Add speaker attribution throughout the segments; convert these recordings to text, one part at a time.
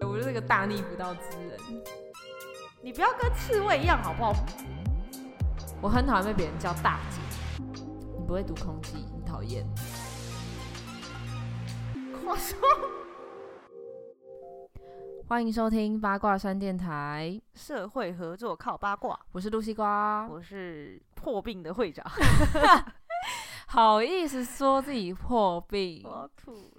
Speaker 1: 我就是个大逆不道之人，
Speaker 2: 你不要跟刺猬一样好不 好？
Speaker 1: 我很讨厌被别人叫大姐。你不会读空气，你讨厌。
Speaker 2: 我说
Speaker 1: 欢迎收听八卦山电台，
Speaker 2: 社会合作靠八卦，
Speaker 1: 我是露西瓜。
Speaker 2: 我是破病的会长，
Speaker 1: 好意思说自己破病？
Speaker 2: 我吐了。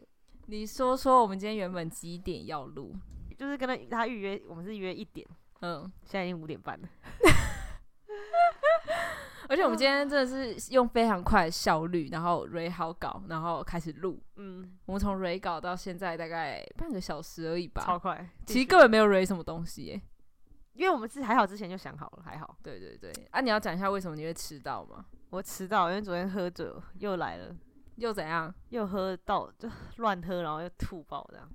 Speaker 1: 你说说，我们今天原本几点要录？
Speaker 2: 就是跟他他预约，我们是约一点，
Speaker 1: 嗯，
Speaker 2: 现在已经五点半了。
Speaker 1: 而且我们今天真的是用非常快的效率，然后 re 好稿，然后开始录。
Speaker 2: 嗯，
Speaker 1: 我们从 re 稿到现在大概半个小时而已
Speaker 2: 超
Speaker 1: 吧，
Speaker 2: 快。
Speaker 1: 其实
Speaker 2: 继续
Speaker 1: 根本没有 re 什么东西耶、
Speaker 2: 因为我们是还好之前就想好了，还好
Speaker 1: 对对对，啊，你要讲一下为什么你会迟到吗？
Speaker 2: 我迟到，因为昨天喝醉了又来了，
Speaker 1: 又怎样？
Speaker 2: 又喝到就乱喝，然后又吐爆这样，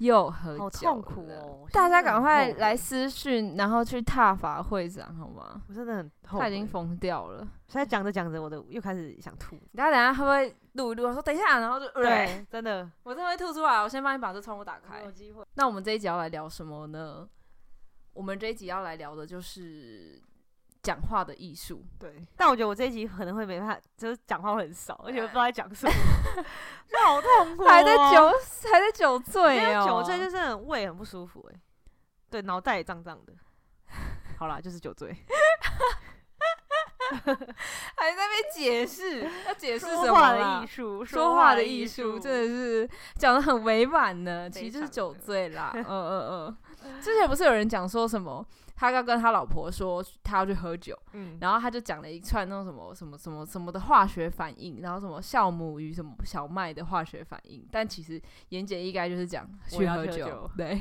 Speaker 1: 又喝
Speaker 2: 好
Speaker 1: 酒
Speaker 2: 痛苦
Speaker 1: 了
Speaker 2: 哦！
Speaker 1: 大家赶快
Speaker 2: 我现在很后悔
Speaker 1: 来，私讯，然后去踏法会长好吗？
Speaker 2: 我真的很后
Speaker 1: 他
Speaker 2: 悔。
Speaker 1: 已经疯掉了。
Speaker 2: 现在讲着讲着，我的又开始想吐。
Speaker 1: 大家等一下会不会录一录？我说等一下，然后就，呃
Speaker 2: 对，真的
Speaker 1: 我真的会吐出来。我先帮你把这窗户打开
Speaker 2: 有。机会。
Speaker 1: 那我们这一集要来聊什么呢？我们这一集要来聊的就是讲话的艺术。
Speaker 2: 对，但我觉得我这一集可能会没办法，就是讲话会很少，而且我不知道在讲 什么，就好痛苦、哦。
Speaker 1: 还在，酒，还在酒
Speaker 2: 没
Speaker 1: 醉
Speaker 2: 有
Speaker 1: 哦，
Speaker 2: 酒醉就是很胃很不舒服哎、对，脑袋也胀胀的。 好啦，就是酒 醉，
Speaker 1: 还在被解释，要解释什
Speaker 2: 说
Speaker 1: 么
Speaker 2: 话
Speaker 1: 啦
Speaker 2: 的艺术，
Speaker 1: 说话
Speaker 2: 话
Speaker 1: 的艺
Speaker 2: 艺
Speaker 1: 术真的是讲的很委婉呢，其实就是
Speaker 2: 非常的
Speaker 1: 酒醉啦。嗯 嗯嗯，之前不是有人讲说什么，他要跟他老婆说他要去喝酒，
Speaker 2: 嗯，
Speaker 1: 然后他就讲了一串那种什么什么什么什么的化学反应，然后什么酵母与什么小麦的化学反应，但其实言简意赅就是讲
Speaker 2: 我
Speaker 1: 去
Speaker 2: 要
Speaker 1: 喝
Speaker 2: 去喝
Speaker 1: 酒，
Speaker 2: 酒
Speaker 1: 对，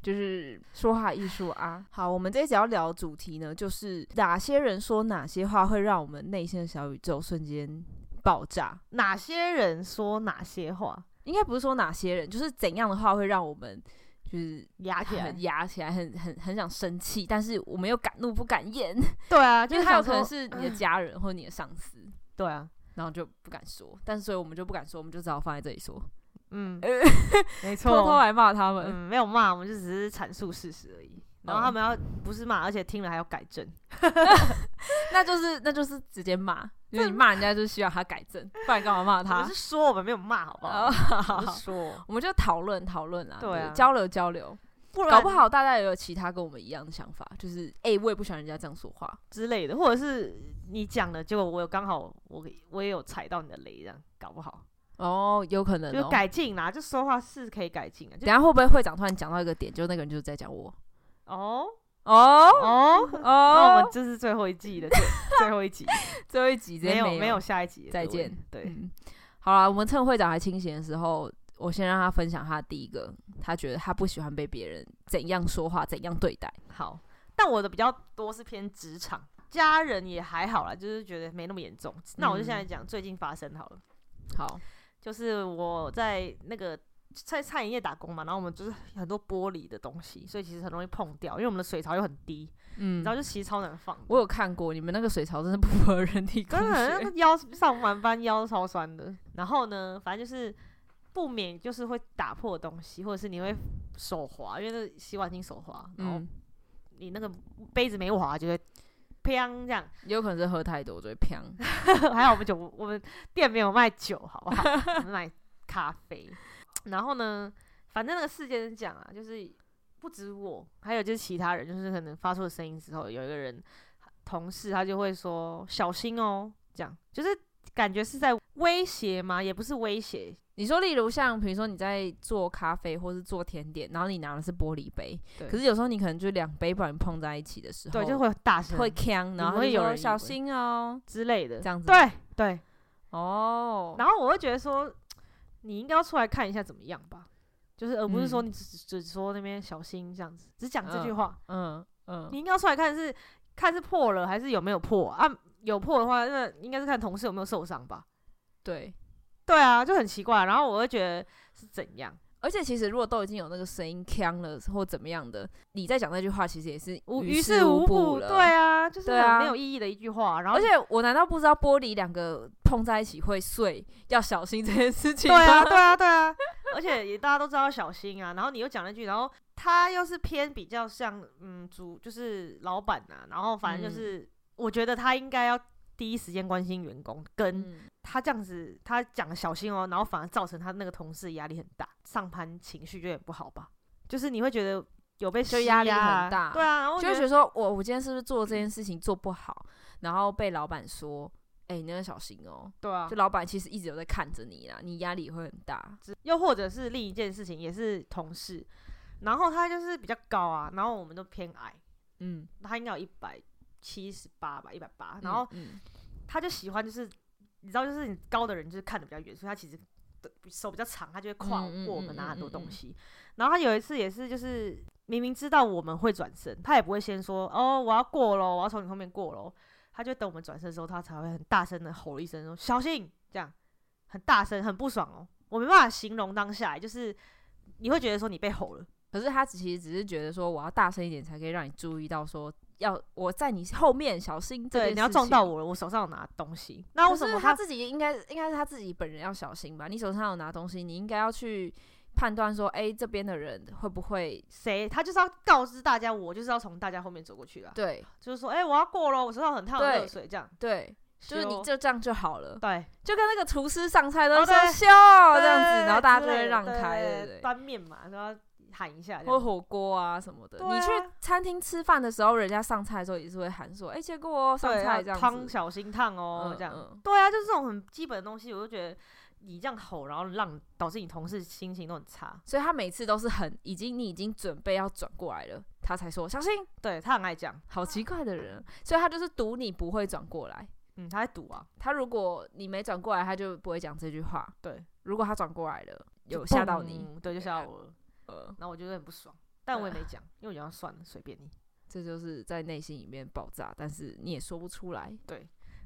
Speaker 1: 就是说话艺术啊。 好，我们这一集要聊的主题呢，就是哪些人说哪些话会让我们内心的小宇宙瞬间爆炸。
Speaker 2: 哪些人说哪些话
Speaker 1: 应该不是说哪些人，就是怎样的话会让我们就是
Speaker 2: 压起来
Speaker 1: 很？压起来，很很很想生气，但是我们又敢怒不敢 言，
Speaker 2: 对啊，
Speaker 1: 因
Speaker 2: 就
Speaker 1: 为
Speaker 2: 是
Speaker 1: 他有
Speaker 2: 想
Speaker 1: 可能
Speaker 2: 说，
Speaker 1: 是你的家人或者你的上司，
Speaker 2: 对啊，
Speaker 1: 然后就不敢说，但是所以我们就不敢说，我们就只好放在这里说，
Speaker 2: 嗯，没错，
Speaker 1: 偷偷来骂他们。
Speaker 2: 嗯，没有骂，我们就只是阐述事实而已。然后
Speaker 1: 哦
Speaker 2: 他们要不是骂，而且听了还要改正。
Speaker 1: 那就是那就是直接骂，因为你骂人家就是需要他改正，不然干嘛骂
Speaker 2: 我
Speaker 1: 他哦
Speaker 2: 是？说我们没有骂，好不好？我 是说，
Speaker 1: 我们就讨论讨论啊，
Speaker 2: 对啊
Speaker 1: 交流交流，
Speaker 2: 不
Speaker 1: 搞不好大家也有其他跟我们一样的想法，就是哎、我也不喜欢人家这样说话，
Speaker 2: 之类的，或者是你讲了，结果我有刚好我我也有踩到你的雷，这样搞不好
Speaker 1: 哦，有可能、哦、
Speaker 2: 就改进啦，就说话是可以改进啊。就
Speaker 1: 等一下会不会会长突然讲到一个点，就那个人就是在讲我？
Speaker 2: 哦
Speaker 1: 哦
Speaker 2: 哦，那我
Speaker 1: 哦
Speaker 2: 们，这是最后一季的最最后一 集，
Speaker 1: 最后一集直接
Speaker 2: 没有
Speaker 1: 有
Speaker 2: 没有下一集了，
Speaker 1: 再
Speaker 2: 各位
Speaker 1: 见。
Speaker 2: 对，
Speaker 1: 嗯，好啦，我们趁会长还清醒的时候，我先让他分享他第一个，他觉得他不喜欢被别人怎样说话、怎样对待。
Speaker 2: 好，但我的比较多是偏职场，家人也还好啦，就是觉得没那么严重。那我就现在讲最近发生好了。
Speaker 1: 好，
Speaker 2: 就是我在那个在餐饮业打工嘛，然后我们就是很多玻璃的东西，所以其实很容易碰掉，因为我们的水槽又很低，
Speaker 1: 嗯
Speaker 2: 然，后就其实超难放的。
Speaker 1: 我有看过你们那个水槽，真的不符合人体工
Speaker 2: 真的啊那
Speaker 1: 学。
Speaker 2: 个腰上完班腰超酸的。然后呢，反正就是不免就是会打破东西，或者是你会手滑，因为那个洗碗巾手滑，然后
Speaker 1: 嗯，
Speaker 2: 你那个杯子没滑就会。砰！这样
Speaker 1: 有可能是喝太多就会砰。
Speaker 2: 还好，我们酒我们店没有卖酒，好不好？我们卖咖啡。然后呢，反正那个事件是这样啊，就是不止我，还有就是其他人，就是可能发出的声音之后，有一个人同事他就会说小心哦，这样就是感觉是在威胁吗？也不是威胁，
Speaker 1: 你说，例如像比如说你在做咖啡或是做甜点，然后你拿的是玻璃杯，
Speaker 2: 对
Speaker 1: 可是有时候你可能就两杯不小心碰在一起的时候，
Speaker 2: 对，就会大声
Speaker 1: 会呛，然后
Speaker 2: 会
Speaker 1: 就
Speaker 2: 有
Speaker 1: 说
Speaker 2: 人以
Speaker 1: 小
Speaker 2: 为
Speaker 1: 心哦，
Speaker 2: 之类的，
Speaker 1: 这样子
Speaker 2: 对对。
Speaker 1: 哦，
Speaker 2: 然后我会觉得说，你应该要出来看一下怎么样吧，就是而不是说你只只只说那边小心这样子，只讲这句
Speaker 1: 嗯
Speaker 2: 话，
Speaker 1: 嗯嗯
Speaker 2: 你应该要出来看是看是破了还是有没有破啊？有破的话，那应该是看同事有没有受伤吧？
Speaker 1: 对，
Speaker 2: 对啊，就很奇怪。然后我会觉得是怎样，
Speaker 1: 而且其实如果都已经有那个声音呛了或怎么样的，你再讲那句话其实也是
Speaker 2: 无
Speaker 1: 于
Speaker 2: 事
Speaker 1: 无
Speaker 2: 补。
Speaker 1: 了。
Speaker 2: 对，啊，就是
Speaker 1: 对啊
Speaker 2: 很没有意义的一句话。然后
Speaker 1: 而且我难道不知道玻璃两个碰在一起会碎，要小心这件事情
Speaker 2: 对啊，
Speaker 1: 吗？
Speaker 2: 对啊，对啊。而且也大家都知道要小心啊。然后你又讲那句，然后他又是偏比较像嗯主就是老板呐、然后反正就是、
Speaker 1: 嗯
Speaker 2: 我觉得他应该要第一时间关心员工，跟
Speaker 1: 嗯
Speaker 2: 他这样子他讲小心哦，然后反而造成他那个同事压力很大，上班情绪就很不好吧，就是你会觉得有被
Speaker 1: 就
Speaker 2: 施
Speaker 1: 压力
Speaker 2: 压啊
Speaker 1: 很大
Speaker 2: 对啊，然后我
Speaker 1: 就
Speaker 2: 觉
Speaker 1: 会
Speaker 2: 得
Speaker 1: 觉得说我我今天是不是做这件事情做不好，然后被老板说，哎、你那个小心哦、
Speaker 2: 对啊
Speaker 1: 就，老板其实一直有在看着你啦，你压力也会很大。
Speaker 2: 又或者是另一件事情也是同事，然后他就是比较高啊，然后我们都偏矮，
Speaker 1: 嗯，
Speaker 2: 他应该有一百七十八吧，一百八，
Speaker 1: 嗯
Speaker 2: 然后
Speaker 1: 嗯
Speaker 2: 他就喜欢就是你知道就是你高的人就是看的比较远，所以他其实的手比较长，他就会跨
Speaker 1: 嗯嗯
Speaker 2: 过我
Speaker 1: 嗯
Speaker 2: 们拿很多
Speaker 1: 嗯嗯
Speaker 2: 东西。然后他有一次也是就是明明知道我们会转身，他也不会先说哦我要过喽，我要从你后面过喽，他就等我们转身的时候，他才会很大声的吼一声说小心这样，很大声很不爽哦，我没办法形容当下，哎就是你会觉得说你被吼了。
Speaker 1: 可是他其实只是觉得说，我要大声一点才可以让你注意到说，要我在你后面小心这件
Speaker 2: 对，
Speaker 1: 事情。
Speaker 2: 你要撞到。我了，我手上有拿东西。那为
Speaker 1: 可
Speaker 2: 什么
Speaker 1: 是他自己应该应该是他自己本人要小心吧？你手上有拿东西，你应该要去判断说，哎、这边的人会不会
Speaker 2: 谁，他就是要告知大家，我就是要从大家后面走过去啦。
Speaker 1: 对
Speaker 2: 就是说，哎、我要过咯，我手上很烫的
Speaker 1: 对
Speaker 2: 热水，这样。
Speaker 1: 对，就是你
Speaker 2: 修
Speaker 1: 就这样就好了，
Speaker 2: 对，
Speaker 1: 就跟那个厨师上菜都说
Speaker 2: 哦对
Speaker 1: 秀、这样
Speaker 2: 对
Speaker 1: 子，然后大家就
Speaker 2: 之类
Speaker 1: 会
Speaker 2: 的
Speaker 1: 让开，
Speaker 2: 对
Speaker 1: 对不对？
Speaker 2: 翻面嘛，然后喊一下这
Speaker 1: 或
Speaker 2: 样。
Speaker 1: 火锅啊什么的，
Speaker 2: 对
Speaker 1: 你去
Speaker 2: 啊
Speaker 1: 餐厅吃饭的时候，人家上菜的时候也是会喊说，哎、结果上
Speaker 2: 对，
Speaker 1: 菜
Speaker 2: 要
Speaker 1: 这样
Speaker 2: 汤
Speaker 1: 子，
Speaker 2: 小心烫哦，
Speaker 1: 嗯
Speaker 2: 这样。
Speaker 1: 嗯
Speaker 2: 对啊，就是这种很基本的东西，我就觉得你这样吼，然后让导致你同事心情都很差。
Speaker 1: 所以他每次都是很已经你已经准备要转过来了，他才说小心，
Speaker 2: 对他很爱讲，
Speaker 1: 好奇怪的人，所以他就是赌你不会转过来。
Speaker 2: 嗯，他在赌啊，
Speaker 1: 他如果你没转过来，他就不会讲这句话。
Speaker 2: 对，
Speaker 1: 如果他转过来了，
Speaker 2: 就
Speaker 1: 有吓到
Speaker 2: 砰
Speaker 1: 你，，啊
Speaker 2: 对，就吓到我了。
Speaker 1: 呃，
Speaker 2: 然后我就很不爽，但我也没讲，因为我想算了，随便你。
Speaker 1: 这就是在内心里面爆炸，但是你也说不出来。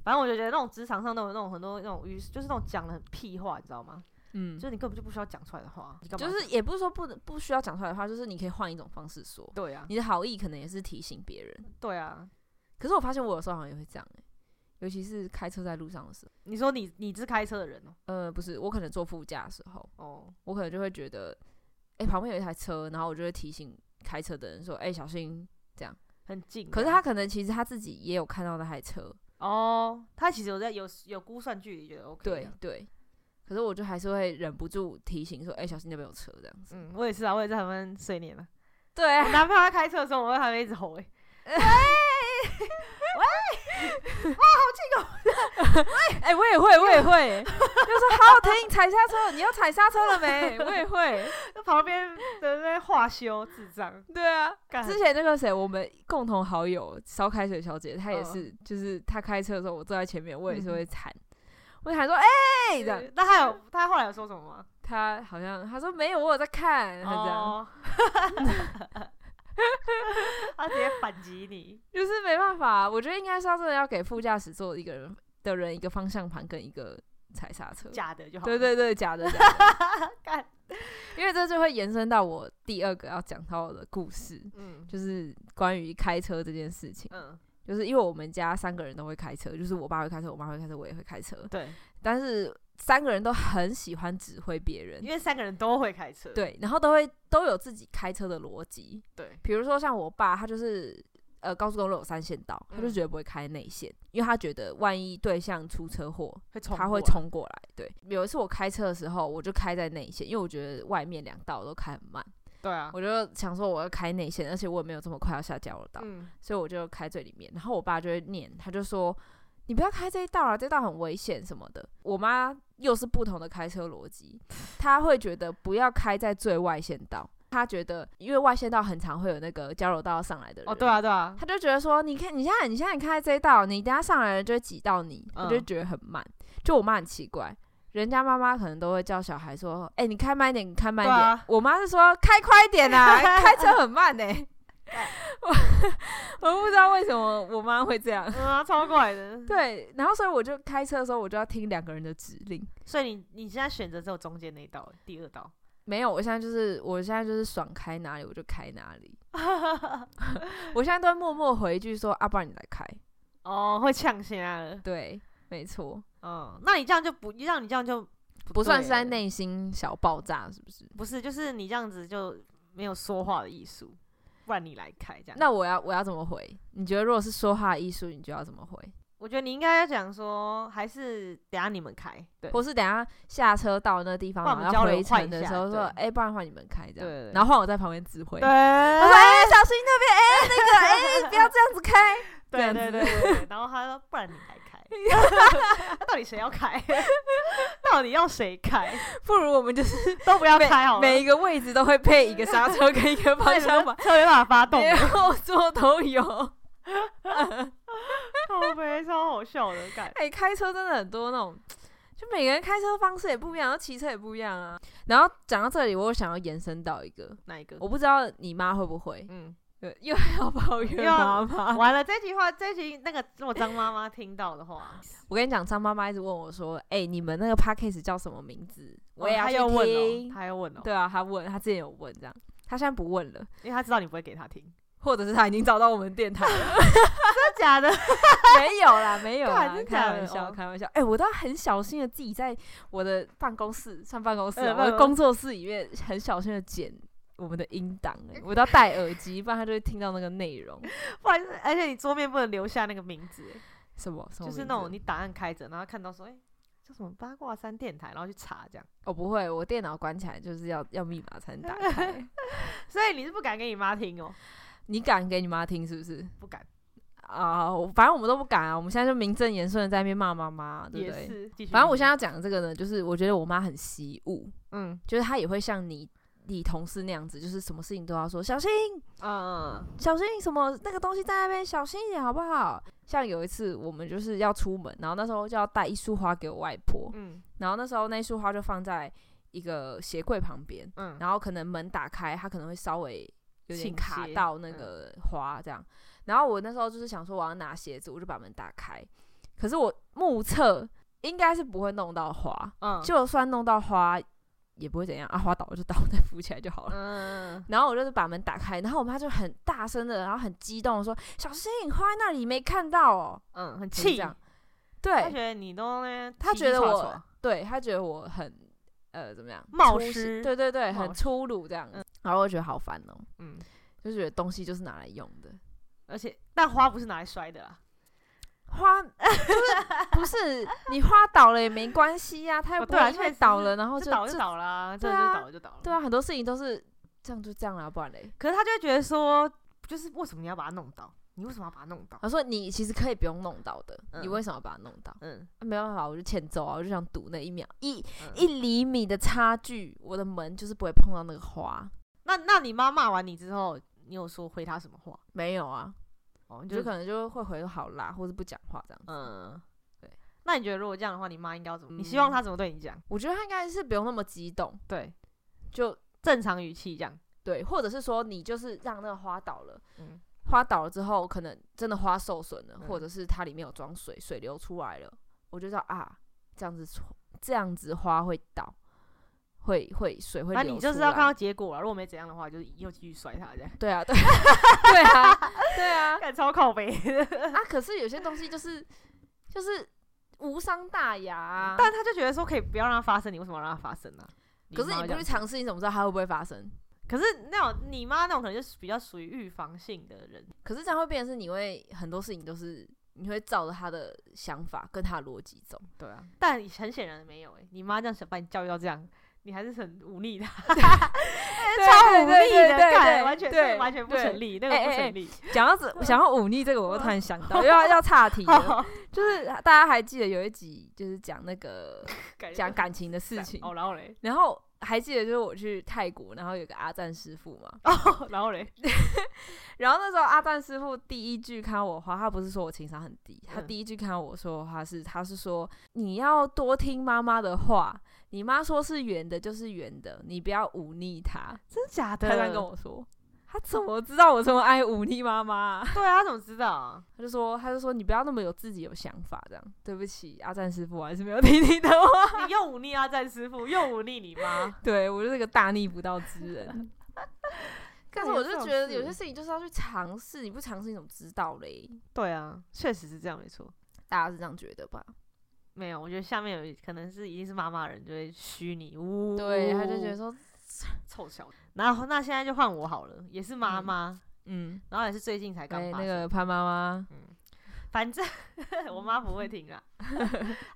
Speaker 2: 反正我就觉得那种职场上都有那种很多那种于就是那种讲的很屁话，你知道吗？
Speaker 1: 嗯，
Speaker 2: 就是你根本就不需要讲出来的话，你干嘛
Speaker 1: 就是也不是说不能不需要讲出来的话，就是你可以换一种方式说。
Speaker 2: 对啊，
Speaker 1: 你的好意可能也是提醒别人，
Speaker 2: 对啊。
Speaker 1: 可是我发现我有时候好像也会这样、欸、尤其是开车在路上的时候。
Speaker 2: 你说你你是开车的人哦、
Speaker 1: 呃，不是，我可能坐副驾的时候，
Speaker 2: 哦，
Speaker 1: 我可能就会觉得，哎、旁边有一台车，然后我就会提醒开车的人说，哎、小心。
Speaker 2: 很近啊。
Speaker 1: 可是他可能其实他自己也有看到那台车，
Speaker 2: 哦，他其实有在有有估算距离，觉得 OK。
Speaker 1: 对，对。可是我就还是会忍不住提醒说，哎、小心那边有车这样子。
Speaker 2: 嗯，我也是啊，我也在他们睡念了。
Speaker 1: 对
Speaker 2: 我
Speaker 1: 啊，
Speaker 2: 男朋友在开车的时候，我在旁边一直吼哎、
Speaker 1: 哎、我也会，我也会， 就是好好停，踩刹车，你要踩刹车了没？我也会。
Speaker 2: 那旁边 的那边话修智障，
Speaker 1: 对啊，
Speaker 2: 干
Speaker 1: 之前那个谁，我们共同好友烧开水小姐，她也
Speaker 2: 嗯
Speaker 1: 是，就是她开车的时候，我坐在前面，我也是
Speaker 2: 嗯
Speaker 1: 会喊，我就喊说，哎、这样，
Speaker 2: 那他有他后来有说什么吗？
Speaker 1: 她好像她说没有，我有在看，她这样，
Speaker 2: 哦，他直接反击你。
Speaker 1: 就是没办法，我觉得应该是要真的要给副驾驶座一个人的人一个方向盘跟一个踩刹车，
Speaker 2: 假的就好。
Speaker 1: 对，对对，假的，假的
Speaker 2: 干，
Speaker 1: 因为这就会延伸到我第二个要讲到的故事，
Speaker 2: 嗯
Speaker 1: 就是关于开车这件事情。
Speaker 2: 嗯，
Speaker 1: 就是因为我们家三个人都会开车，就是我爸会开车，我妈会开车，我也会开车，
Speaker 2: 对，
Speaker 1: 但是三个人都很喜欢指挥别人
Speaker 2: 因，为三个人都会开车。
Speaker 1: 对，然后都会都有自己开车的逻辑。
Speaker 2: 对，
Speaker 1: 比如说像我爸，他就是呃高速公路有三线道，他就
Speaker 2: 嗯
Speaker 1: 绝对不会开内线，因为他觉得万一对象出车祸，
Speaker 2: 会冲，
Speaker 1: 他会。冲过来。对，有一次我开车的时候，我就开在内线，因为我觉得外面两道都开很慢，
Speaker 2: 对啊，
Speaker 1: 我就想说我要开内线，而且我也没有这么快要下交流道，
Speaker 2: 嗯，
Speaker 1: 所以我就开最里面。然后我爸就会念，他就说：“你不要开这一道啊，这道很危险什么的。”我妈又是不同的开车逻辑，她会觉得不要开在最外线道，她觉得因为外线道很常会有那个交流道上来的人，
Speaker 2: 哦，对，啊，对啊，
Speaker 1: 她就觉得说：“你看，你现在你现在开这一道，你等下上来了就会挤到你。”
Speaker 2: 嗯
Speaker 1: 她就觉得很慢。就我妈很奇怪。人家妈妈可能都会叫小孩说：“哎、你开慢一点，你开慢一点。
Speaker 2: 对啊
Speaker 1: 我妈是说：“开快一点 啊，开车很慢呢、欸我我不知道为什么我妈会这样。
Speaker 2: 嗯啊，超过来的。
Speaker 1: 对，然后所以我就开车的时候，我就要听两个人的指令。
Speaker 2: 所以你你现在选择只有中间那一道，第二道。
Speaker 1: 没有，我现在就是我现在就是爽开哪里我就开哪里。我现在都会默默回一句说：“啊，不然你来开。
Speaker 2: 哦，会呛起来了”。
Speaker 1: 对，没错。
Speaker 2: 嗯，那你这样就不让你这样就
Speaker 1: 不算是在
Speaker 2: 对
Speaker 1: 内心小爆炸，是不是？
Speaker 2: 不是，就是你这样子就没有说话的艺术，不然你来开这样。
Speaker 1: 那我要我要怎么回？你觉得如果是说话的艺术，你就要怎么回？
Speaker 2: 我觉得你应该要讲说，还是等下你们开，对
Speaker 1: 或是等一下下车到那地方，
Speaker 2: 不然我们
Speaker 1: 然后
Speaker 2: 交
Speaker 1: 要
Speaker 2: 流
Speaker 1: 回
Speaker 2: 换
Speaker 1: 程
Speaker 2: 一
Speaker 1: 的
Speaker 2: 下
Speaker 1: 时候说：“哎、
Speaker 2: 对
Speaker 1: 不然换你们开这样。
Speaker 2: 对对
Speaker 1: 然后换我在旁边指挥。
Speaker 2: 对，
Speaker 1: 我说：“哎、小心那边！哎、那个，哎、不要这样子开。 这
Speaker 2: 对
Speaker 1: 样
Speaker 2: 对
Speaker 1: 子
Speaker 2: 对对对，然后他说，不然你来 开，到底谁要开？ 到底要谁开？
Speaker 1: 不如我们就是
Speaker 2: 都不要
Speaker 1: 每
Speaker 2: 开好了，
Speaker 1: 每一个位置都会配一个刹车跟一个方向盘，
Speaker 2: 车没办法发动，
Speaker 1: 连后座都有。
Speaker 2: 超悲超好笑的感觉。
Speaker 1: 哎、开车真的很多那种，就每个人开车方式也不一样，然后骑车也不一样啊。然后讲到这里，我又想要延伸到一个，
Speaker 2: 哪一个？
Speaker 1: 我不知道你妈会不会，
Speaker 2: 嗯，
Speaker 1: 对又要抱怨
Speaker 2: 又
Speaker 1: 妈
Speaker 2: 要
Speaker 1: 妈。
Speaker 2: 完了，这句话，这句那个，如果张妈妈听到的话，
Speaker 1: 我跟你讲，张妈妈一直问我说：“哎、你们那个 podcast 叫什么名字？”我也
Speaker 2: 哦
Speaker 1: 要
Speaker 2: 她
Speaker 1: 去
Speaker 2: 又问
Speaker 1: 听
Speaker 2: 哦，。她又问哦，
Speaker 1: 对啊，她问，她之前有问这样，她现在不问了，
Speaker 2: 因为她知道你不会给她听，
Speaker 1: 或者是她已经找到我们电台了。
Speaker 2: 真的假的？
Speaker 1: 没有 啦，没有啦
Speaker 2: 干，真
Speaker 1: 开
Speaker 2: 假的
Speaker 1: 玩笑，
Speaker 2: 哦
Speaker 1: 开玩笑。哎、我都很小心的自己在我的办公室，上办公室啊、
Speaker 2: 嗯
Speaker 1: 我的
Speaker 2: 嗯
Speaker 1: 工作室里面很小心的剪我们的音档、 哎，我都要戴耳机，不然她就会听到那个内容。
Speaker 2: 不然，而且你桌面不能留下那个名字，
Speaker 1: 什么？什么
Speaker 2: 就是
Speaker 1: 名
Speaker 2: 那
Speaker 1: 字
Speaker 2: 种你档案开着，然后看到说，哎、叫什么八卦山电台，然后去查这样。
Speaker 1: 哦，不会，我电脑关起来就是要要密码才能打 开。
Speaker 2: 所以你是不敢给你妈听哦，
Speaker 1: 你敢给你妈听是不是？
Speaker 2: 不敢，
Speaker 1: 啊、我反正我们都不敢啊，我们现在就名正言顺的在那边骂妈妈，对
Speaker 2: 也
Speaker 1: 不对？
Speaker 2: 是。继续
Speaker 1: 反正我现在要讲的这个呢，就是我觉得我妈很习武，
Speaker 2: 嗯
Speaker 1: 就是她也会像你你同事那样子，就是什么事情都要说小心
Speaker 2: 嗯
Speaker 1: 小心什么那个东西在那边，小心一点好不好？像有一次我们就是要出门，然后那时候就要带一束花给我外婆，
Speaker 2: 嗯
Speaker 1: 然后那时候那束花就放在一个鞋柜旁边，
Speaker 2: 嗯，
Speaker 1: 然后可能门打开，它可能会稍微有点
Speaker 2: 倾
Speaker 1: 卡
Speaker 2: 斜
Speaker 1: 到那
Speaker 2: 嗯
Speaker 1: 个花这样。然后我那时候就是想说我要拿鞋子，我就把门打开，可是我目测应该是不会弄到花，
Speaker 2: 嗯
Speaker 1: 就算弄到花也不会怎样啊，花倒了就倒，再扶起来就好了。
Speaker 2: 嗯
Speaker 1: 然后我就是把门打开，然后我妈就很大声的，然后很激动的说：“小心，花在那里没看到哦。
Speaker 2: 嗯很”
Speaker 1: 就是
Speaker 2: 气
Speaker 1: 这，样，
Speaker 2: 他觉
Speaker 1: 对
Speaker 2: 得你都呢，
Speaker 1: 她
Speaker 2: 叽
Speaker 1: 觉得
Speaker 2: 叽
Speaker 1: 我
Speaker 2: 喳喳
Speaker 1: 对，她觉得我很呃怎么样
Speaker 2: 冒
Speaker 1: 粗心
Speaker 2: 失
Speaker 1: 对对对，很
Speaker 2: 冒失
Speaker 1: 粗鲁这样，嗯然后我就觉得好烦哦、
Speaker 2: 嗯，
Speaker 1: 就觉得东西就是拿来用的，
Speaker 2: 而且但花不是拿来摔的啦，
Speaker 1: 花就是不是你花倒了也没关系呀、它又
Speaker 2: 哦
Speaker 1: 不
Speaker 2: 对啊
Speaker 1: 会因为
Speaker 2: 确实
Speaker 1: 倒了然后
Speaker 2: 就
Speaker 1: 哦就
Speaker 2: 倒就
Speaker 1: 就
Speaker 2: 倒啦，
Speaker 1: 对
Speaker 2: 真的
Speaker 1: 啊
Speaker 2: 就倒了就倒了。
Speaker 1: 对啊，，很多事情都是这样就这样啦，不然嘞。
Speaker 2: 可是他就会觉得说，就是为什么你要把它弄倒？你为什么要把它弄倒？
Speaker 1: 我说你其实可以不用弄到的，你
Speaker 2: 嗯
Speaker 1: 为什么要把它弄到？
Speaker 2: 嗯，
Speaker 1: 啊没办法，我就欠揍啊！我就想赌那一秒一
Speaker 2: 嗯
Speaker 1: 一厘米的差距，我的门就是不会碰到那个花。
Speaker 2: 那那你妈骂完你之后，你有说回她什么话？
Speaker 1: 没有啊，
Speaker 2: 哦，
Speaker 1: 你
Speaker 2: 你
Speaker 1: 就
Speaker 2: 就
Speaker 1: 可能就会回好啦，或是不讲话这样子。
Speaker 2: 嗯，
Speaker 1: 对
Speaker 2: 对。那你觉得如果这样的话，你妈应该要怎么？你希
Speaker 1: 嗯
Speaker 2: 望她怎么对你讲？
Speaker 1: 我觉得他应该是不用那么激动，
Speaker 2: 对，
Speaker 1: 就
Speaker 2: 正常语气这样。
Speaker 1: 对，或者是说你就是让那个花倒了，
Speaker 2: 嗯
Speaker 1: 花倒了之后，可能真的花受损了，
Speaker 2: 嗯
Speaker 1: 或者是它里面有装水，水流出来了，我就知道啊，这样子错这样子花会倒，会会水会流
Speaker 2: 反
Speaker 1: 出来。
Speaker 2: 正你就是要看到结果了。如果没怎样的话，就是又继续摔她 这样。
Speaker 1: 对啊，对对啊，对啊
Speaker 2: 干超靠背，
Speaker 1: 啊！可是有些东西就是就是无伤大雅、啊，
Speaker 2: 但他就觉得说可以不要让它发生，你为什么要让它发生呢、
Speaker 1: 可是
Speaker 2: 妈
Speaker 1: 你
Speaker 2: 会
Speaker 1: 不
Speaker 2: 这
Speaker 1: 去
Speaker 2: 样
Speaker 1: 尝试，你怎么知道它会不会发生？
Speaker 2: 可是那种你妈那种可能就是比较属于预防性的人，
Speaker 1: 可是这样会变成是你会很多事情都是你会照着他的想法跟他的逻辑走。
Speaker 2: 对啊，但很显然没有诶、你妈这样想把你教育到这样，你还是很忤逆的，
Speaker 1: 哎
Speaker 2: 超忤逆的，干完全是完全不成。立，那个
Speaker 1: 哎
Speaker 2: 不
Speaker 1: 哎哎
Speaker 2: 成立。
Speaker 1: 讲到 这，想要忤逆这个，我又突然想到，又要要岔
Speaker 2: 哎
Speaker 1: 题了。就是大家还记得有一集，就是讲那 个
Speaker 2: 感觉
Speaker 1: 讲感情的事情，
Speaker 2: 哦，然后嘞，
Speaker 1: 然后还记得就是我去泰国，然后有个阿赞师傅嘛，
Speaker 2: 哦，然后嘞，
Speaker 1: 然后那时候阿赞师傅第一句看到我花，他不是说我情商很低，他
Speaker 2: 嗯
Speaker 1: 第一句看到我说他是他是说你要多听妈妈的话，你妈说是圆的，就是圆的，你不要忤逆她。
Speaker 2: 真的假
Speaker 1: 他
Speaker 2: 的？
Speaker 1: 这样跟我说，他怎么知道我这么爱忤逆妈妈啊、
Speaker 2: 对啊，他怎么知道 啊？
Speaker 1: 他就说他就说你不要那么有自己有想法，这样对不起阿赞师傅，我还是没有听你的话。
Speaker 2: 你又忤逆阿赞啊师傅，又忤逆你妈，
Speaker 1: 对我就是个大逆不道之 人。但是我就觉得有些
Speaker 2: 事。
Speaker 1: 事情就是要去尝试，你不尝试你怎么知道嘞？
Speaker 2: 对啊，确实是这样，没错。
Speaker 1: 大家是这样觉得吧？
Speaker 2: 没有，我觉得下面有可能是一定是妈妈人就会虚你，呜，
Speaker 1: 对，他就觉得说，
Speaker 2: 臭小子。然后那现在就换我好了，也是妈妈，
Speaker 1: 嗯，
Speaker 2: 然后也是最近才刚
Speaker 1: 哎
Speaker 2: 发
Speaker 1: 那
Speaker 2: 生。
Speaker 1: 个潘妈妈，
Speaker 2: 反正我妈不会听啦，啊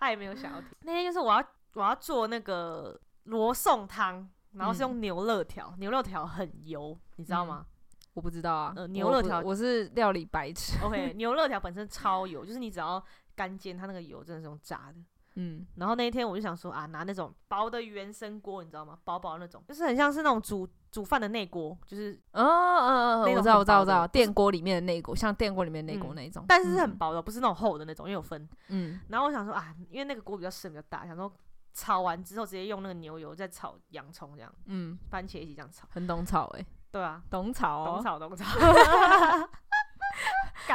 Speaker 2: 她也没有想要听。那天就是我要我要做那个罗宋汤，然后是用牛肋条，牛肋条很油，你知道吗？
Speaker 1: 我不知道啊，
Speaker 2: 呃牛
Speaker 1: 我
Speaker 2: 肉
Speaker 1: 不
Speaker 2: 条
Speaker 1: 我是料理白痴，
Speaker 2: OK，牛肋条本身超油，就是你只要干煎，它那个油真的是用炸的。
Speaker 1: 嗯，
Speaker 2: 然后那一天我就想说啊，拿那种薄的原生锅，你知道吗？薄薄的那种，就是很像是那种煮煮饭的内锅，就是
Speaker 1: 哦哦哦，
Speaker 2: 那
Speaker 1: 我
Speaker 2: 种
Speaker 1: 知道，
Speaker 2: 很
Speaker 1: 我知道，
Speaker 2: 薄
Speaker 1: 我知道，
Speaker 2: 的
Speaker 1: 电锅里面的那锅，像电锅里面的那锅
Speaker 2: 嗯
Speaker 1: 那一种，
Speaker 2: 但是是很
Speaker 1: 嗯
Speaker 2: 薄的，不是那种厚的那种，因为有分。
Speaker 1: 嗯
Speaker 2: 然后我想说啊，因为那个锅比较深比较大，想说炒完之后直接用那个牛油再炒洋葱这样。
Speaker 1: 嗯，
Speaker 2: 番茄一起这样炒。
Speaker 1: 很懂炒哎，
Speaker 2: 对啊，
Speaker 1: 懂炒
Speaker 2: 懂
Speaker 1: 哦，
Speaker 2: 炒懂炒。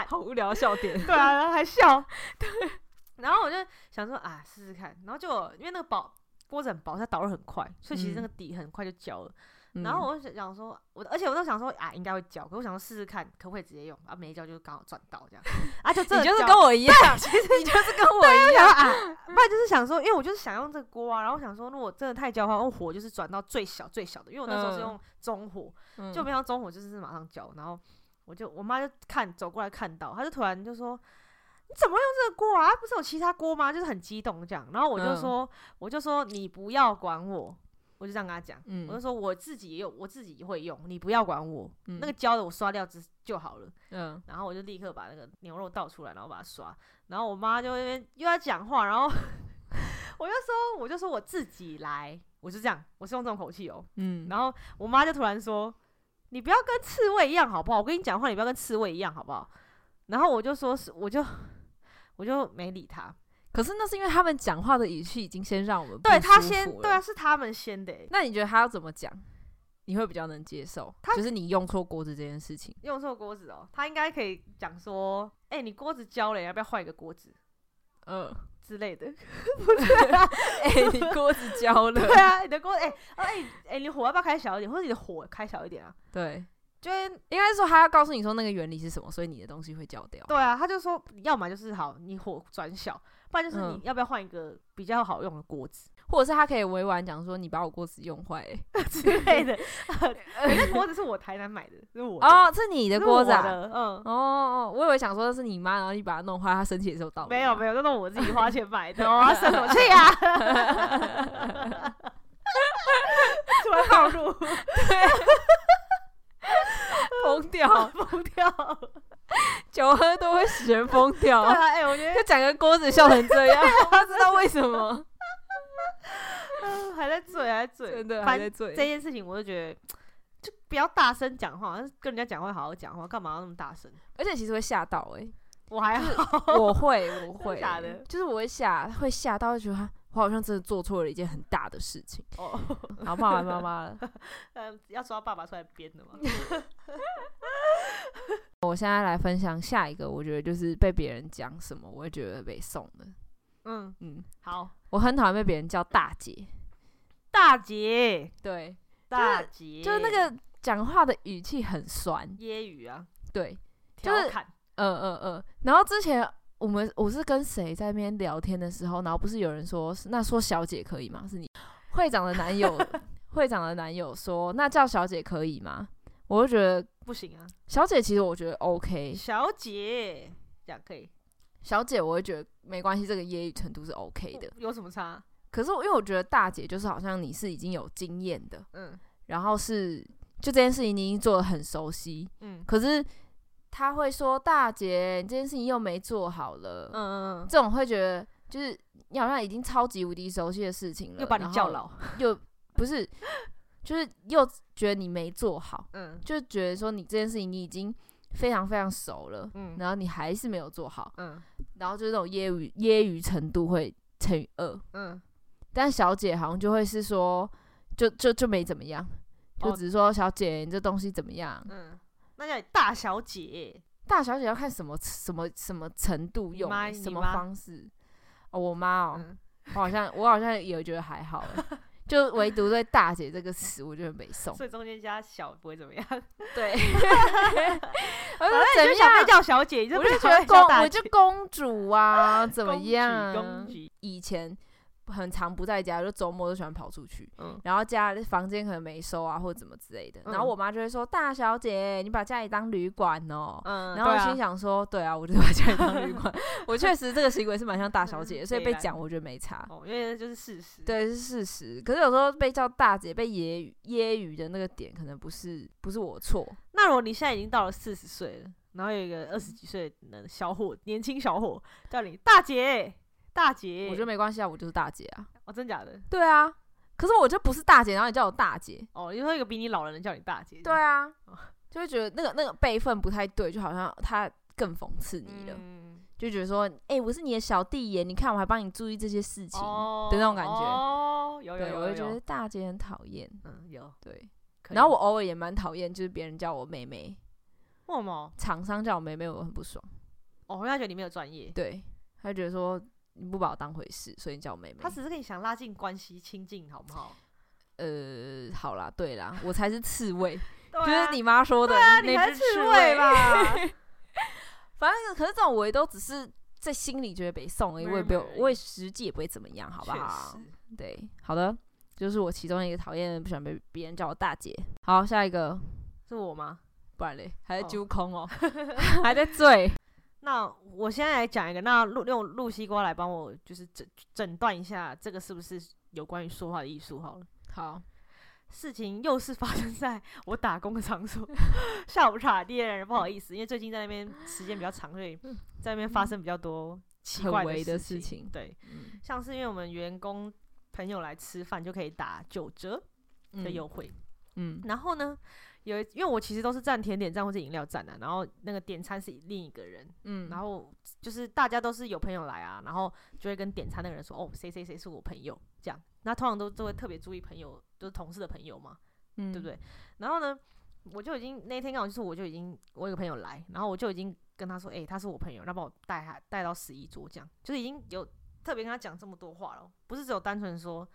Speaker 1: 好无聊的笑点，
Speaker 2: 对啊，然后还 笑。对，然后我就想说啊，试试看。然后就因为那个煲锅子很薄，它导热很快，所以其实那
Speaker 1: 嗯
Speaker 2: 个底很快就焦了。
Speaker 1: 嗯
Speaker 2: 然后我就想说，我而且我都想说啊，应该会焦，可我想说试试看，可不可以直接用啊？没焦就刚好赚到这样。啊，就真
Speaker 1: 你
Speaker 2: 的
Speaker 1: 就是
Speaker 2: 焦
Speaker 1: 跟我一样，你就是跟我一
Speaker 2: 想说啊，不然就是想说，因为我就是想用这个锅啊，然后想说，如果真的太焦的话，我火就是转到最小最小的，因为我那时候是
Speaker 1: 嗯
Speaker 2: 用中火，
Speaker 1: 样，
Speaker 2: 就没想到中火就是马上焦，然后我就我妈就看走过来看到，她就突然就说：“你怎么会用这个锅啊？不是有其他锅吗？”就是很激动这样，然后我就
Speaker 1: 嗯
Speaker 2: 说：“我就说你不要管我。”我就这样跟她讲，
Speaker 1: 嗯
Speaker 2: 我就说我自己也有，我自己会用，你不要管我，
Speaker 1: 嗯
Speaker 2: 那个焦的我刷掉之就好了。
Speaker 1: 嗯
Speaker 2: 然后我就立刻把那个牛肉倒出来，然后把它刷。然后我妈就在那边又要讲话，然后 我就说我就说我自己来，我就这样，我是用这种口气哦、
Speaker 1: 嗯，
Speaker 2: 然后我妈就突然说：“你不要跟刺猬一样好不好？我跟你讲话，你不要跟刺猬一样好不好？”然后我就说是，我就我就没理他。
Speaker 1: 可是那是因为他们讲话的语气已经先让我们
Speaker 2: 对
Speaker 1: 不
Speaker 2: 他
Speaker 1: 舒
Speaker 2: 先，
Speaker 1: 服
Speaker 2: 对
Speaker 1: 了
Speaker 2: 啊，，是他们先的欸、
Speaker 1: 那你觉得他要怎么讲，你会比较能接受？就是你用错锅子这件事情，
Speaker 2: 用错锅子哦、他应该可以讲说：“哎、你锅子焦了，要不要换一个锅子呃
Speaker 1: 嗯，
Speaker 2: 之类的？” 啊
Speaker 1: 哎，你锅子焦了，
Speaker 2: 对啊，你的锅哎哦哎哎，你火要不要开小一点，或者你的火开小一点啊？
Speaker 1: 对，
Speaker 2: 就是
Speaker 1: 应该说他要告诉你说那个原理是什么，所以你的东西会焦掉。
Speaker 2: 对啊，他就说，要么就是好，你火转小，不然就是
Speaker 1: 嗯
Speaker 2: 你要不要换一个比较好用的锅子
Speaker 1: 或者是他可以委婉讲说你把我锅子用坏、欸，
Speaker 2: 之类 的。哎那锅子是我台南买的，是我的
Speaker 1: 呃哦，是你的
Speaker 2: 是
Speaker 1: 锅子、
Speaker 2: 我
Speaker 1: 啊。
Speaker 2: 的嗯
Speaker 1: 哦，哦，我以为想说是你妈，然后你把它弄坏，她生气的时候啊到。
Speaker 2: 没有没有，那都我自己花钱 买的，我要生什么气啊？ 突然暴露，
Speaker 1: 有，疯掉，
Speaker 2: 疯掉。
Speaker 1: 酒喝多会使人疯掉
Speaker 2: 对。啊，哎、啊我觉得
Speaker 1: 就讲个锅子笑成 这样，我不知道为什么，
Speaker 2: 嗯还在嘴，还在嘴，
Speaker 1: 真的还
Speaker 2: 反
Speaker 1: 在醉。
Speaker 2: 这件事情，我就觉得就不要大声讲话，跟人家讲话好好讲话，干嘛要那么大声？
Speaker 1: 而且其实会吓到哎、
Speaker 2: 我还好，
Speaker 1: 我会，我
Speaker 2: 真的
Speaker 1: 会
Speaker 2: 假的，
Speaker 1: 就是我会吓，会吓到，就觉得啊我好像真的做错了一件很大的事情，
Speaker 2: 哦，
Speaker 1: 然后骂完妈妈了。
Speaker 2: 嗯，要抓爸爸出来 编的嘛。
Speaker 1: 我现在来分享下一个，我觉得就是被别人讲什么，我会觉得被送的。
Speaker 2: 嗯，
Speaker 1: 嗯，
Speaker 2: 好，
Speaker 1: 我很讨厌被别人叫大姐，
Speaker 2: 大姐，
Speaker 1: 对，
Speaker 2: 大姐，
Speaker 1: 就是那个讲话的语气很酸，
Speaker 2: 揶揄啊，
Speaker 1: 对，就是
Speaker 2: 调侃，
Speaker 1: 嗯嗯嗯。然后之前我们我是跟谁在那边聊天的时候，然后不是有人说，那说小姐可以吗？是你会长的男友，会长的男友说，那叫小姐可以吗？我就觉得
Speaker 2: 不行啊，
Speaker 1: 小姐其实我觉得 OK，
Speaker 2: 小姐，这样可以，
Speaker 1: 小姐我会觉得没关系，这个揶揄程度是 OK 的。
Speaker 2: 有什么差？
Speaker 1: 可是我因为我觉得大姐就是好像你是已经有经验的，
Speaker 2: 嗯
Speaker 1: 然后是就这件事情你已经做的很熟悉，
Speaker 2: 嗯
Speaker 1: 可是他会说大姐，你这件事情又没做好了，
Speaker 2: 嗯嗯，
Speaker 1: 这种会觉得就是你好像已经超级无敌熟悉的事情了，
Speaker 2: 又把你叫老，，
Speaker 1: 又不是，就是又觉得你没做好，
Speaker 2: 嗯
Speaker 1: 就觉得说你这件事情你已经非常非常熟了，
Speaker 2: 嗯
Speaker 1: 然后你还是没有做好，
Speaker 2: 嗯
Speaker 1: 然后就是那种揶揄揶揄程度会乘以二，
Speaker 2: 嗯，
Speaker 1: 但小姐好像就会是说，就就就没怎么样，就
Speaker 2: 哦
Speaker 1: 只是说小姐你这东西怎么样，
Speaker 2: 嗯，那叫你大小姐，
Speaker 1: 大小姐要看什么什么什么程度
Speaker 2: 你
Speaker 1: 用
Speaker 2: 妈
Speaker 1: 欸，
Speaker 2: 你
Speaker 1: 什么
Speaker 2: 妈
Speaker 1: 方式。哦，我妈哦，
Speaker 2: 嗯
Speaker 1: 我好像我好像也觉得还好欸，就唯独对“大姐”这个词，我觉得没送。
Speaker 2: 所以中间加小不会怎么样。
Speaker 1: 对， 我就
Speaker 2: 你
Speaker 1: 怎
Speaker 2: 就
Speaker 1: 么
Speaker 2: 想被
Speaker 1: 样？
Speaker 2: 叫小姐，你就
Speaker 1: 啊我
Speaker 2: 不
Speaker 1: 就
Speaker 2: 想
Speaker 1: 觉得
Speaker 2: 被叫
Speaker 1: 公，
Speaker 2: 大
Speaker 1: 我就
Speaker 2: 姐
Speaker 1: 公主 啊，怎么
Speaker 2: 公举
Speaker 1: 样
Speaker 2: 公？举
Speaker 1: 以前很常不在家，就周末都喜欢跑出去，
Speaker 2: 嗯
Speaker 1: 然后家里房间可能没收啊，或者怎么之类的。然后
Speaker 2: 嗯
Speaker 1: 我妈就会说：“大小姐，你把家里当旅馆哦。”
Speaker 2: 嗯，
Speaker 1: 然后我
Speaker 2: 对啊
Speaker 1: 心想说：“对啊，我就把家里当旅 馆。我确实这个行为是蛮像大小姐的，所以被讲我觉得没差。
Speaker 2: 嗯啊哦，因为这就是事实。，
Speaker 1: 对，是事实。可是有时候被叫大姐、被揶揄揶揄的那个点，可能不是不是我错。
Speaker 2: 那如果你现在已经到了四十岁了，然后有一个二十几岁的小伙，年轻小伙叫你大姐，大姐，
Speaker 1: 我觉得没关系啊，我就是大姐啊。
Speaker 2: 哦，真假的？
Speaker 1: 对啊，可是我就不是大姐，然后你叫我大姐。
Speaker 2: 哦，因为一个比你老的人叫你大姐，
Speaker 1: 对啊，
Speaker 2: 哦
Speaker 1: 就会觉得那个那个辈分不太对，就好像他更讽刺
Speaker 2: 这样，
Speaker 1: 你了，
Speaker 2: 嗯
Speaker 1: 就觉得说：“哎、我是你的小弟耶，你看我还帮你注意这些事情。
Speaker 2: 哦
Speaker 1: 的那种感觉
Speaker 2: 哦，有有
Speaker 1: 对，
Speaker 2: 有，
Speaker 1: 我
Speaker 2: 有
Speaker 1: 就觉得
Speaker 2: 有
Speaker 1: 大姐很讨厌。
Speaker 2: 嗯有。
Speaker 1: 对，
Speaker 2: 可以
Speaker 1: 然后我偶尔也蛮讨厌，就是别人叫我妹妹，
Speaker 2: 为什么？
Speaker 1: 厂商叫我妹妹，我很不爽。
Speaker 2: 哦，因为他觉得你没有专业，
Speaker 1: 对，他就觉得说你不把我当回事，所以你叫我妹妹。
Speaker 2: 他只是跟你想拉近关系、亲近，好不好？
Speaker 1: 呃，好啦，对啦，我才是刺猬，
Speaker 2: 对
Speaker 1: 就是你妈说的
Speaker 2: 啊，你
Speaker 1: 那
Speaker 2: 才
Speaker 1: 只
Speaker 2: 是
Speaker 1: 刺
Speaker 2: 刺
Speaker 1: 猬
Speaker 2: 猬。 吧？
Speaker 1: 反正可是这种我也都只是在心里觉得被送而已，我也不有，
Speaker 2: Murmuring
Speaker 1: 我也实际也不会怎么样，好不
Speaker 2: 确
Speaker 1: 好
Speaker 2: 实？
Speaker 1: 对，好的，就是我其中一个讨厌不喜欢被别人叫我大姐。好，下一个，
Speaker 2: 是我吗？
Speaker 1: 不然嘞，还在
Speaker 2: 哦
Speaker 1: 揪空 哦，还在醉。
Speaker 2: 那我现在来讲一个，那露用露西瓜来帮我就是诊诊断一下，这个是不是有关于说话的艺术？ 好了，
Speaker 1: 好，
Speaker 2: 事情又是发生 在我打工的场所， 下午茶店，不好意思，因为最近在那边时间比较长，所以在那边发生比较多奇
Speaker 1: 嗯很
Speaker 2: 怪
Speaker 1: 微的
Speaker 2: 的
Speaker 1: 事情
Speaker 2: 情对，
Speaker 1: 嗯
Speaker 2: 像是因为我们员工朋友来吃饭就可以打九折的
Speaker 1: 嗯
Speaker 2: 优惠，
Speaker 1: 嗯
Speaker 2: 然后呢，有一因为我其实都是站甜点站或者饮料站啊，然后那个点餐是另一个人，
Speaker 1: 嗯，
Speaker 2: 然后就是大家都是有朋友来啊，然后就会跟点餐那个人说，哦，谁谁谁是我朋友，这样。那通常都都会特别注意朋友，就是同事的朋友嘛，
Speaker 1: 对
Speaker 2: 对不？对？然后呢，我就已经那天刚好就是我就已经我有个朋友来，然后我就已经跟他说，诶，他是我朋友，那帮我带他带到十一桌这样，就是已经有特别跟他讲这么多话了，不是只有单纯说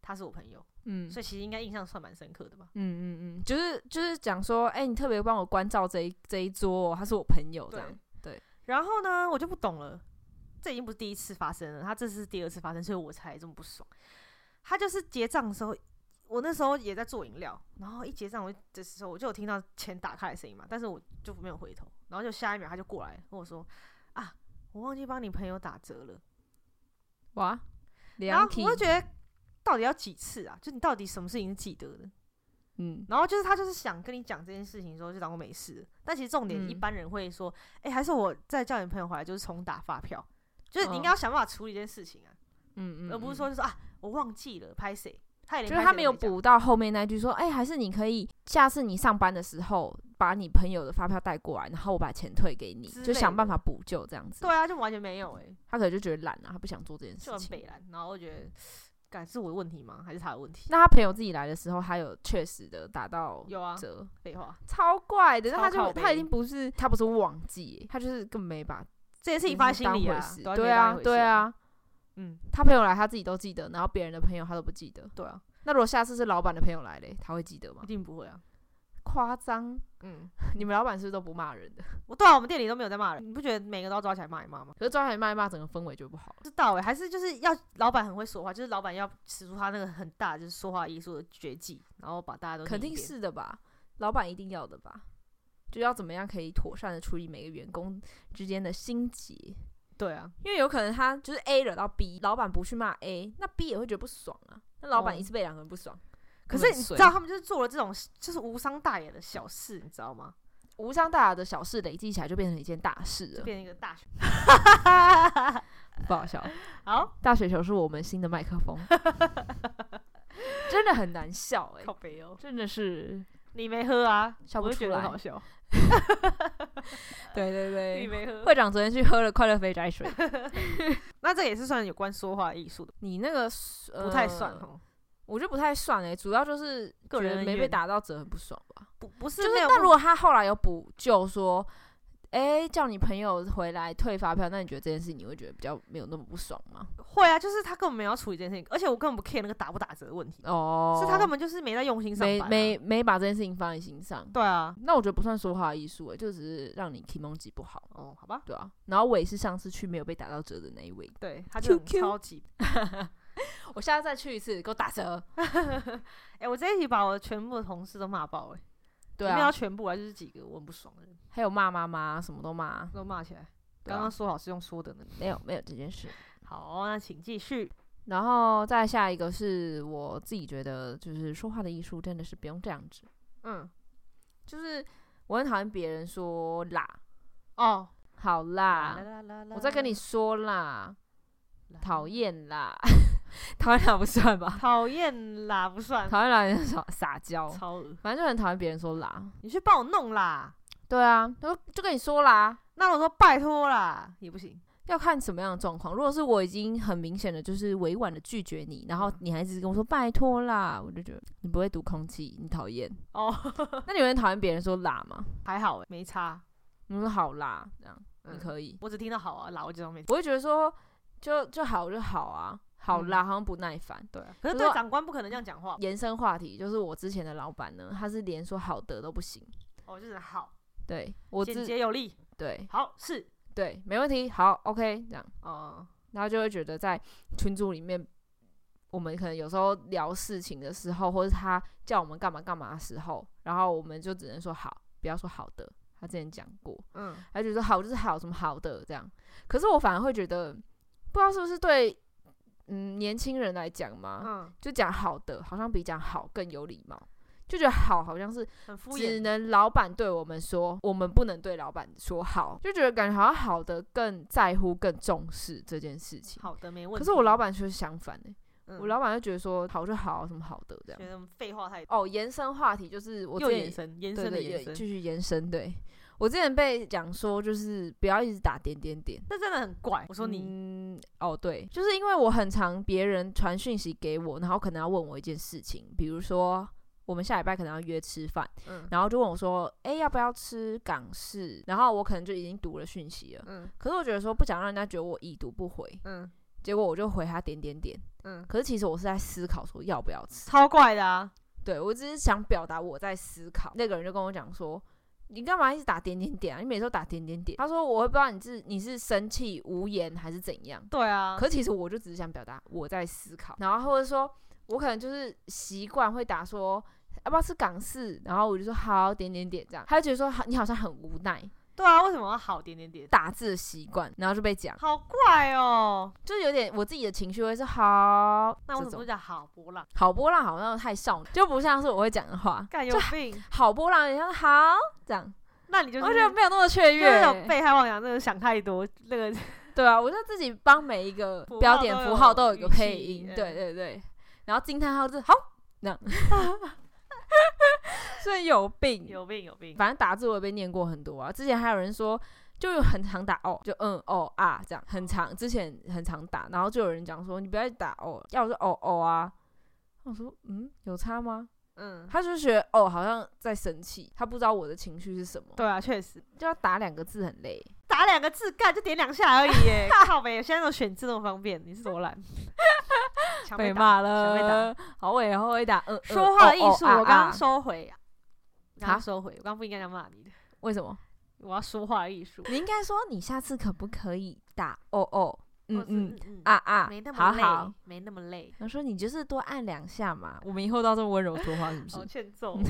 Speaker 2: 他是我朋友，
Speaker 1: 嗯
Speaker 2: 所以其实应该印象算蛮深刻的吧。
Speaker 1: 嗯嗯嗯，就是就是讲说，哎、你特别帮我关照这一这一桌、哦，他是我朋友这
Speaker 2: 对
Speaker 1: 样。对。
Speaker 2: 然后呢，我就不懂了，这已经不是第一次发生了，他这是第二次发生，所以我才这么不爽。他就是结账的时候，我那时候也在做饮料，然后一结账我就的时候，我就有听到钱打开的声音嘛，但是我就没有回头，然后就下一秒他就过来跟我说：“啊，我忘记帮你朋友打折了。”
Speaker 1: 哇，
Speaker 2: 然
Speaker 1: 两
Speaker 2: 后
Speaker 1: 体
Speaker 2: 我就觉得到底要几次啊？就你到底什么事情是记得的？
Speaker 1: 嗯
Speaker 2: 然后就是他就是想跟你讲这件事情的时候，就当我没事了。但其实重点，
Speaker 1: 嗯
Speaker 2: 一般人会说：“哎、还是我再叫你朋友回来，就是重打发票。”就是你应
Speaker 1: 嗯
Speaker 2: 该要想办法处理这件事情啊，
Speaker 1: 嗯嗯，
Speaker 2: 而不是
Speaker 1: 嗯
Speaker 2: 说就说啊，我忘记了拍谁，他也
Speaker 1: 就
Speaker 2: 连
Speaker 1: 是
Speaker 2: 拍
Speaker 1: 他
Speaker 2: 谁
Speaker 1: 没
Speaker 2: 都
Speaker 1: 有
Speaker 2: 讲
Speaker 1: 补到后面那句说，哎、还是你可以下次你上班的时候把你朋友的发票带过来，然后我把钱退给你
Speaker 2: 之，
Speaker 1: 就
Speaker 2: 类
Speaker 1: 想办
Speaker 2: 的
Speaker 1: 法补救这样子。
Speaker 2: 对啊，就完全没有哎、
Speaker 1: 他可能就觉得懒啊，他不想做这件
Speaker 2: 就
Speaker 1: 事
Speaker 2: 很
Speaker 1: 情。
Speaker 2: 北蓝。然后我觉得，感是我的问题吗？还是他的问题？
Speaker 1: 那他朋友自己来的时候，他有确实的打到
Speaker 2: 有啊，
Speaker 1: 折，
Speaker 2: 废话，
Speaker 1: 超怪的。那
Speaker 2: 超
Speaker 1: 他就
Speaker 2: 靠
Speaker 1: 他已
Speaker 2: 北
Speaker 1: 经不是他不是忘记，他就是更没把
Speaker 2: 这件事
Speaker 1: 自己
Speaker 2: 情放在心里啊，完
Speaker 1: 对
Speaker 2: 全没当一
Speaker 1: 啊，
Speaker 2: 回
Speaker 1: 对
Speaker 2: 事，
Speaker 1: 啊，
Speaker 2: 嗯，
Speaker 1: 他朋友来他自己都记得，然后别人的朋友他都不记得。
Speaker 2: 对啊，
Speaker 1: 那如果下次是老板的朋友来嘞，他会记得吗
Speaker 2: 一？定不会啊，
Speaker 1: 夸张！
Speaker 2: 嗯，
Speaker 1: 你们老板是不是都不骂人的？
Speaker 2: 我对啊，我们店里都没有在骂人，你不觉得每个都要抓起来骂一骂吗？
Speaker 1: 可是抓起来骂一骂，整个氛围就不好了。
Speaker 2: 知道哎、还是就是要老板很会说话，就是老板要使出他那个很大就是说话艺术的绝技，然后把大家 都
Speaker 1: 肯
Speaker 2: 念
Speaker 1: 定
Speaker 2: 一遍
Speaker 1: 是的吧，老板一定要的吧，就要怎么样可以妥善的处理每个员工之间的心结，
Speaker 2: 对啊，
Speaker 1: 因为有可能他就是 A 惹到 B，老板不去骂 A，那 B 也会觉得不爽啊。那老板
Speaker 2: 哦
Speaker 1: 一次被两个人不爽，
Speaker 2: 可
Speaker 1: 根
Speaker 2: 是
Speaker 1: 本
Speaker 2: 你知
Speaker 1: 衰
Speaker 2: 道他们就是做了这种就是无伤大雅的小事，你知道吗？
Speaker 1: 无伤大雅的小事累积起来就变成一件大事
Speaker 2: 就
Speaker 1: 了，
Speaker 2: 变成一个大学。
Speaker 1: 不好笑。
Speaker 2: 好，
Speaker 1: 大雪球是我们新的麦克风， 真的很难笑哎、
Speaker 2: 靠北哦，
Speaker 1: 真的是。
Speaker 2: 你没喝啊？
Speaker 1: 笑不
Speaker 2: 我就觉
Speaker 1: 出
Speaker 2: 得
Speaker 1: 来
Speaker 2: 好笑。
Speaker 1: 对对对，
Speaker 2: 你没喝，
Speaker 1: 会长昨天去喝了快乐肥宅水，
Speaker 2: 那这也是算有关说话艺术的，
Speaker 1: 你那个、呃
Speaker 2: 不太算哦。
Speaker 1: 我觉得不太算哎、主要就是
Speaker 2: 个人
Speaker 1: 觉得
Speaker 2: 恩
Speaker 1: 没被
Speaker 2: 怨
Speaker 1: 打到折很不爽吧。
Speaker 2: 不不
Speaker 1: 就
Speaker 2: 是
Speaker 1: 是
Speaker 2: 没有
Speaker 1: 那
Speaker 2: 不
Speaker 1: 如果他后来有补救说，哎、叫你朋友回来退发票，那你觉得这件事你会觉得比较没有那么不爽吗？
Speaker 2: 会啊，就是他根本没有要处理这件事情，而且我根本不 care 那个打不打折的问题，
Speaker 1: 哦，
Speaker 2: 是他根本就是没在用心上
Speaker 1: 没
Speaker 2: 班、啊。
Speaker 1: 没没把这件事情放在心上。
Speaker 2: 对啊，
Speaker 1: 那我觉得不算说话艺术，欸就只是让你 k i m o j i 不好，
Speaker 2: 哦，好吧，
Speaker 1: 对啊。然后我也是上次去没有被打到折的那一位，
Speaker 2: 对，他就很
Speaker 1: QQ
Speaker 2: 超级。
Speaker 1: 我下次再去一次，给我打折。
Speaker 2: 哎、我这一题把我全部的同事都骂爆、哎、
Speaker 1: 对
Speaker 2: 也没有
Speaker 1: 啊，
Speaker 2: 全部啊，就是几个我很不爽的人
Speaker 1: 还有骂妈妈，什么都骂。
Speaker 2: 都骂起来。
Speaker 1: 对啊
Speaker 2: 刚刚说好是用说的呢。
Speaker 1: 没有没有这件事。
Speaker 2: 好，那请继续。
Speaker 1: 然后再下一个是我自己觉得，就是说话的艺术真的是不用这样子，
Speaker 2: 嗯，
Speaker 1: 就是我很讨厌别人说啦，
Speaker 2: 哦，
Speaker 1: 好啦，
Speaker 2: 啦啦啦
Speaker 1: 啊我在跟你说啦，
Speaker 2: 啦
Speaker 1: 讨厌啦，讨厌啦不算吧，
Speaker 2: 讨厌啦，不算，
Speaker 1: 讨厌啦人撒撒娇，
Speaker 2: 超恶，
Speaker 1: 反正就很讨厌别人说啦。
Speaker 2: 你去帮我弄啦。
Speaker 1: 对啊，就就跟你说啦，
Speaker 2: 那我说拜托啦，也不行。
Speaker 1: 要看什么样的状况。如果是我已经很明显的就是委婉的拒绝你，然后你还一直跟我说拜托啦，我就觉得你不会读空气，你讨厌。
Speaker 2: 哦，
Speaker 1: 那你会讨厌别人说啦吗？
Speaker 2: 还好哎、没差。
Speaker 1: 你说好啦，这样
Speaker 2: 嗯
Speaker 1: 你可以，
Speaker 2: 我只听到好啊，啦，我就当没。
Speaker 1: 我会觉得说就就好就好啊，好啦，好像不耐烦。
Speaker 2: 嗯对啊，可是
Speaker 1: 就
Speaker 2: 对
Speaker 1: 说
Speaker 2: 长官不可能这样讲话，
Speaker 1: 延伸话题就是我之前的老板呢，他是连说好的都不行。
Speaker 2: 哦，就是好，
Speaker 1: 对我
Speaker 2: 简
Speaker 1: 自
Speaker 2: 洁有力，
Speaker 1: 对
Speaker 2: 好是，
Speaker 1: 对没问题，好 OK 这样，
Speaker 2: 哦、
Speaker 1: 然后就会觉得在群组里面，我们可能有时候聊事情的时候，或者他叫我们干嘛干嘛的时候，然后我们就只能说好，不要说好的。他之前讲过，
Speaker 2: 嗯，
Speaker 1: 他就说好就是好，什么好的这样。可是我反而会觉得，不知道是不是对嗯年轻人来讲嘛，
Speaker 2: 嗯，
Speaker 1: 就讲好的好像比讲好更有礼貌，就觉得好好像是
Speaker 2: 很敷
Speaker 1: 只
Speaker 2: 衍，
Speaker 1: 能老板对我们说，我们不能对老板说好，就觉得感觉好像好的更在乎、更重视这件事情。
Speaker 2: 好的没问题。
Speaker 1: 可是我老，板却是相反的、
Speaker 2: 嗯
Speaker 1: 我老板就觉得说好就好，啊什么好的这样
Speaker 2: 觉。得废话太多，
Speaker 1: 哦，延伸话题就是我之
Speaker 2: 又
Speaker 1: 前
Speaker 2: 延伸，延
Speaker 1: 对
Speaker 2: 伸的
Speaker 1: 对
Speaker 2: 延
Speaker 1: 对，
Speaker 2: 伸，
Speaker 1: 继续延伸。对我之前被讲说，就是不要一直打点点点。
Speaker 2: 这真的很怪。我说你，
Speaker 1: 嗯，哦，对，就是因为我很常别人传讯息给我，然后可能要问我一件事情，比如说我们下礼拜可能要约吃饭，
Speaker 2: 嗯
Speaker 1: 然后就问我说，诶，要不要吃港式？然后我可能就已经读了讯息了，
Speaker 2: 嗯
Speaker 1: 可是我觉得说不想让人家觉得我已读不回，
Speaker 2: 嗯
Speaker 1: 结果我就回他点点点，
Speaker 2: 嗯，
Speaker 1: 可是其实我是在思考说要不要吃，
Speaker 2: 超怪的啊，
Speaker 1: 对我只是想表达我在思考，那个人就跟我讲说。你干嘛一直打点点点啊？你每次都打点点点。他说我会不知道你是你是生气无言还是怎样。
Speaker 2: 对啊，
Speaker 1: 可其实我就只是想表达我在思考，然后或者说我可能就是习惯会打说要不要吃港式，然后我就说好点点点这样，他就觉得说好你好像很无奈
Speaker 2: 对啊，为什么要好点点点？
Speaker 1: 打字的习惯，然后就被讲，
Speaker 2: 好怪哦，
Speaker 1: 就是有点我自己的情绪会是好
Speaker 2: 那我
Speaker 1: 这
Speaker 2: 怎么
Speaker 1: 种
Speaker 2: 不讲好波浪？
Speaker 1: 好波浪好像太少女，就不像是我会讲的话，
Speaker 2: 干有
Speaker 1: 就
Speaker 2: 病，
Speaker 1: 好波浪，你像好这样，
Speaker 2: 那你就是
Speaker 1: 我觉得没有那么雀
Speaker 2: 就是有
Speaker 1: 跃，
Speaker 2: 被害妄想症，想太多，那个
Speaker 1: 对啊，我就自己帮每一个
Speaker 2: 符
Speaker 1: 标
Speaker 2: 号
Speaker 1: 点
Speaker 2: 都
Speaker 1: 符
Speaker 2: 有
Speaker 1: 号都有一
Speaker 2: 语
Speaker 1: 个配
Speaker 2: 气
Speaker 1: 音，
Speaker 2: 嗯
Speaker 1: 对对对，然后惊叹号是好，那 样所以有病，
Speaker 2: 有病有病。
Speaker 1: 反正打字我也被念过很多啊。之前还有人说，就有很常打哦，就嗯哦啊这样，很长，之前很常打，然后就有人讲说你不要一直打哦，要是哦哦啊。我说嗯，有差吗？
Speaker 2: 嗯，
Speaker 1: 他就觉得哦，好像在生气，他不知道我的情绪是什么，
Speaker 2: 对啊，确实
Speaker 1: 就要打两个字很累。
Speaker 2: 打两个字干就点两下而已 耶，靠呗！现在那种选字那么方便，你是多懒？强
Speaker 1: 被
Speaker 2: 打
Speaker 1: 骂了，好，我以后会打嗯。嗯
Speaker 2: 说话的艺术，
Speaker 1: 哦哦啊
Speaker 2: 我刚
Speaker 1: 啊
Speaker 2: 刚收回，刚
Speaker 1: 啊
Speaker 2: 刚收回，我刚刚不应该这样骂你的。
Speaker 1: 为什么？
Speaker 2: 我要说话的艺术，
Speaker 1: 你应该说你下次可不可以打哦哦嗯
Speaker 2: 或是
Speaker 1: 嗯
Speaker 2: 嗯
Speaker 1: 啊啊
Speaker 2: 没那，么
Speaker 1: 好
Speaker 2: 累，
Speaker 1: 好。
Speaker 2: 没那么累，
Speaker 1: 他说你就是多按两下嘛。 我们以后都要这么温嗯柔说话是不
Speaker 2: 好欠揍哦。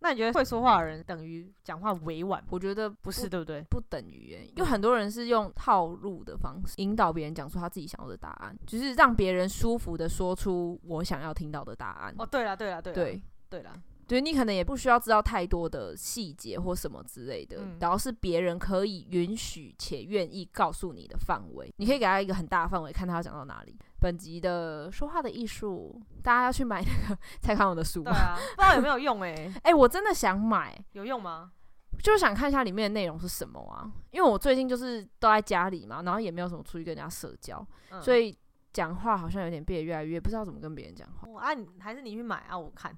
Speaker 2: 那你觉得会说话的人等于讲话委婉吗？
Speaker 1: 我觉得不嗯
Speaker 2: 不是，对不对？
Speaker 1: 不等于耶，有很多人是用套路的方式引导别人讲出他自己想要的答案，就是让别人舒服的说出我想要听到的答案。
Speaker 2: 哦，对了，对了，对了，
Speaker 1: 对，啊
Speaker 2: 对了，
Speaker 1: 就是你可能也不需要知道太多的细节或什么之类的，
Speaker 2: 嗯
Speaker 1: 然后是别人可以允许且愿意告诉你的范围，你可以给他一个很大的范围，看他要讲到哪里。本集的说话的艺术，大家要去买那个蔡康永的书
Speaker 2: 对
Speaker 1: 吗？
Speaker 2: 啊，不知道有没有用哎，
Speaker 1: 哎、我真的想买，
Speaker 2: 有用吗？
Speaker 1: 就是想看一下里面的内容是什么啊。因为我最近就是都在家里嘛，然后也没有什么出去跟人家社交，
Speaker 2: 嗯
Speaker 1: 所以讲话好像有点变得越来越不知道怎么跟别人讲话。
Speaker 2: 哦啊，你还是你去买啊，我看。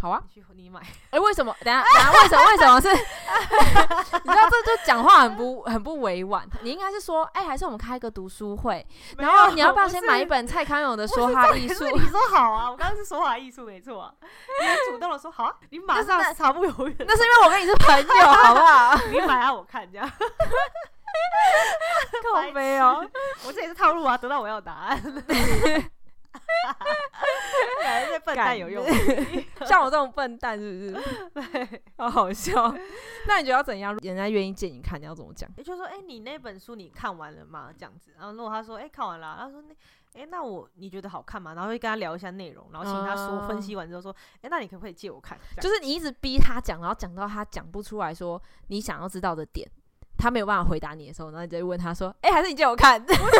Speaker 1: 好啊。
Speaker 2: 你去你买，
Speaker 1: 哎、为什么？等一下，等一下，为什么？为什么是？ 你知道这就讲话很不很不委婉。你应该是说，哎、还是我们开一个读书会，然
Speaker 2: 没
Speaker 1: 后
Speaker 2: 有
Speaker 1: 你要不要
Speaker 2: 不
Speaker 1: 先
Speaker 2: 是
Speaker 1: 买一本蔡康永的《说话艺术
Speaker 2: 可是》？你说好啊，我刚刚是说话艺术没错啊， 你很主动的说好啊，你马
Speaker 1: 那
Speaker 2: 上毫不 犹豫的，
Speaker 1: 那是因为我跟你是朋友，好不 好？
Speaker 2: 你买啊，我看这样，
Speaker 1: 靠背哦，
Speaker 2: 我这也是套路啊，得到我要的答案。 感觉这笨蛋有用，
Speaker 1: 像我这种笨蛋是不是？好好笑。那你觉得要怎样？人家愿意借你看，你要怎么讲？
Speaker 2: 也就是说，哎、你那本书你看完了吗？这样子，然后如果他说，哎、看完了啊，他说那，哎、那我你觉得好看吗？然后会跟他聊一下内容，然后请他说、
Speaker 1: 啊
Speaker 2: 分析完之后说，哎、那你可不可以借我看？这样
Speaker 1: 就是你一直逼他讲，然后讲到他讲不出来说你想要知道的点，他没有办法回答你的时候，然后你就问他说：“哎、还是你借我看？”
Speaker 2: 对啊，不是，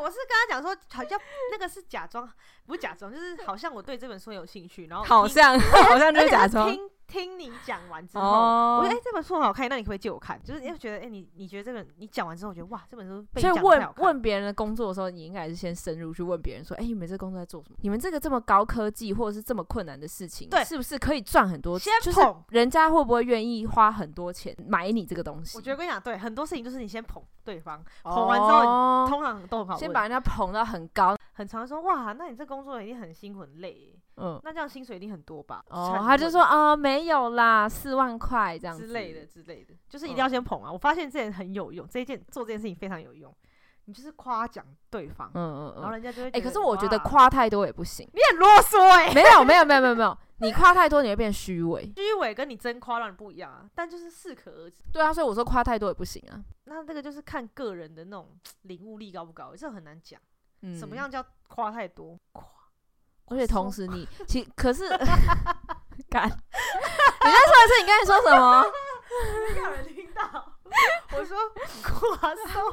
Speaker 2: 我是跟他讲 说，好像那个是假装， 不是假装，就是好像我对这本书有兴趣，然后
Speaker 1: 好
Speaker 2: 哦听
Speaker 1: 像 好像就
Speaker 2: 而
Speaker 1: 是
Speaker 2: 且
Speaker 1: 假
Speaker 2: 他
Speaker 1: 装
Speaker 2: 听听你讲完之后。我
Speaker 1: 哦嗯
Speaker 2: 觉得哎、这本书很好看，那你可不可以借我看？就是因为觉得哎、你你觉得这本你讲完之后，我觉得哇，这本书被
Speaker 1: 所
Speaker 2: 你
Speaker 1: 以
Speaker 2: 讲得太
Speaker 1: 问
Speaker 2: 好看
Speaker 1: 问别人的工作的时候，你应该也是先深入去问别人说：“哎、你们这工作在做什么？你们这个这么高科技或者是这么困难的事情，
Speaker 2: 对
Speaker 1: 是不是可以赚很多？
Speaker 2: 先
Speaker 1: 就是
Speaker 2: 捧
Speaker 1: 人家会不会愿意花很多钱买你这个东西？
Speaker 2: 我觉得跟你讲，对很多事情就是你先捧对方，
Speaker 1: 哦
Speaker 2: 捧完之后，通常都很好问。
Speaker 1: 先把人家捧到很高，
Speaker 2: 很常说哇，那你这工作一定很辛苦很累耶，
Speaker 1: 嗯，
Speaker 2: 那这样薪水一定很多吧？
Speaker 1: 哦
Speaker 2: 才，
Speaker 1: 他就
Speaker 2: 问
Speaker 1: 说啊、没有啦，四万块这样
Speaker 2: 之
Speaker 1: 子嗯
Speaker 2: 类的。之类的，就是一定要先捧啊。我发现这件很有用，这一件做这件事情非常有用，你就是夸奖对方，
Speaker 1: 嗯嗯
Speaker 2: 然后
Speaker 1: 嗯。
Speaker 2: 人家就会觉得。
Speaker 1: 哎、可是我觉得
Speaker 2: 哇，
Speaker 1: 夸太多也不行
Speaker 2: 你很啰嗦哎、
Speaker 1: 没有没有没有没有没有，你夸太多你会变虚伪。
Speaker 2: 虚伪跟你真夸让人不一样啊，但就是适可而止。
Speaker 1: 对啊，所以我说夸太多也不行啊。
Speaker 2: 那这个就是看个人的那种领悟力高不高，这很难讲。
Speaker 1: 嗯，
Speaker 2: 什么样叫夸太多？ 夸
Speaker 1: 而且同 时
Speaker 2: 说
Speaker 1: 你其可是，干，你再说一次，你刚才说什么？
Speaker 2: 没有人听到。 我说夸松，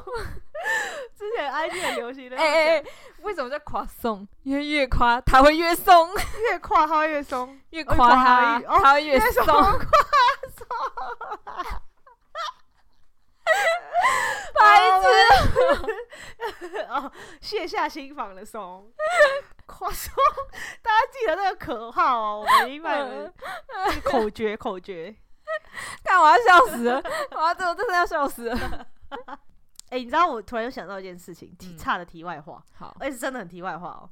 Speaker 2: 之前 IG 很流行的，
Speaker 1: 哎哎哎，为什么叫夸送？因为越夸他会越松，
Speaker 2: 越夸它会越松，
Speaker 1: 越
Speaker 2: 夸
Speaker 1: 夸他
Speaker 2: 他哦
Speaker 1: 他会越松。 白痴，
Speaker 2: 哦，卸下心防的松，夸松，大家记得那个口号哦，我们已经把你们
Speaker 1: 嗯
Speaker 2: 这个口诀口诀。
Speaker 1: 看我要笑死了，我要真的真的要笑死了。
Speaker 2: 哎、你知道我突然又想到一件事情，题
Speaker 1: 嗯
Speaker 2: 差的题外话，
Speaker 1: 好，
Speaker 2: 而且是真的很题外话哦。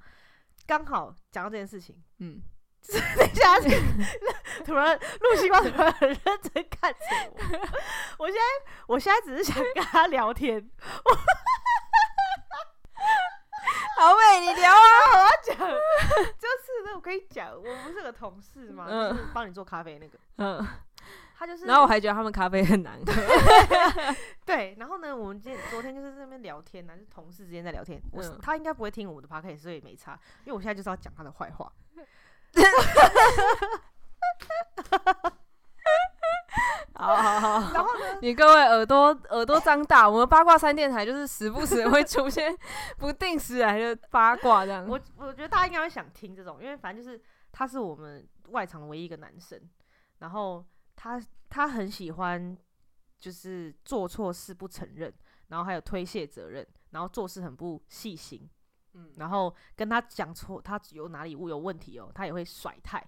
Speaker 2: 刚好讲到这件事 情，
Speaker 1: 嗯，
Speaker 2: 等一下，突然陆西瓜突然很认真看着我，我现在我现在只是想跟他聊天，
Speaker 1: 好喂，你聊啊。
Speaker 2: 讲就是那我跟你讲，我不是有个同事嘛，
Speaker 1: 嗯
Speaker 2: 就是帮你做咖啡那个，
Speaker 1: 嗯，
Speaker 2: 他就是，
Speaker 1: 然后我还觉得他们咖啡很难喝。
Speaker 2: 对，然后呢，我们今天昨天就是在那边聊天呢、啊，就是同事之间在聊天，我、
Speaker 1: 嗯
Speaker 2: 他应该不会听我的 p o d c a s 所以没差，因为我现在就是要讲他的坏话，
Speaker 1: 好好好好。
Speaker 2: 然后呢，
Speaker 1: 你各位耳朵耳朵张大，我们八卦三电台就是时不时会出现 不定时来的八卦这样。
Speaker 2: 我我觉得大家应该会想听这种，因为反正就是他是我们外场唯一一个男生，然后他他很喜欢就是做错事不承认，然后还有推卸责任，然后做事很不细心，嗯，然后跟他讲错他有哪里有问题哦，他也会甩态。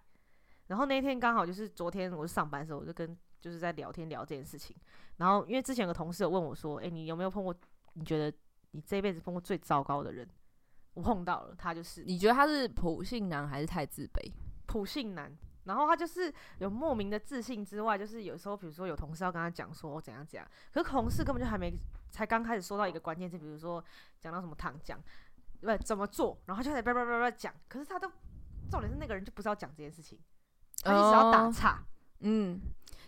Speaker 2: 然后那天刚好就是昨天我是上班的时候，我就跟就是在聊天聊这件事情，然后因为之前有个同事有问我说，诶，你有没有碰过？你觉得你这辈子碰过最糟糕的人？我碰到了，他就是
Speaker 1: 你觉得他是普信男还是太自卑？
Speaker 2: 普信男。然后他就是有莫名的自信之外，就是有时候比如说有同事要跟他讲说哦我怎样怎样，可是同事根本就还没才刚开始说到一个关键字，比如说讲到什么糖浆，不怎么做，然后就在叭叭叭叭讲，可是他都重点是那个人就不知道讲这件事情，他一直要打
Speaker 1: 哦
Speaker 2: 岔，
Speaker 1: 嗯，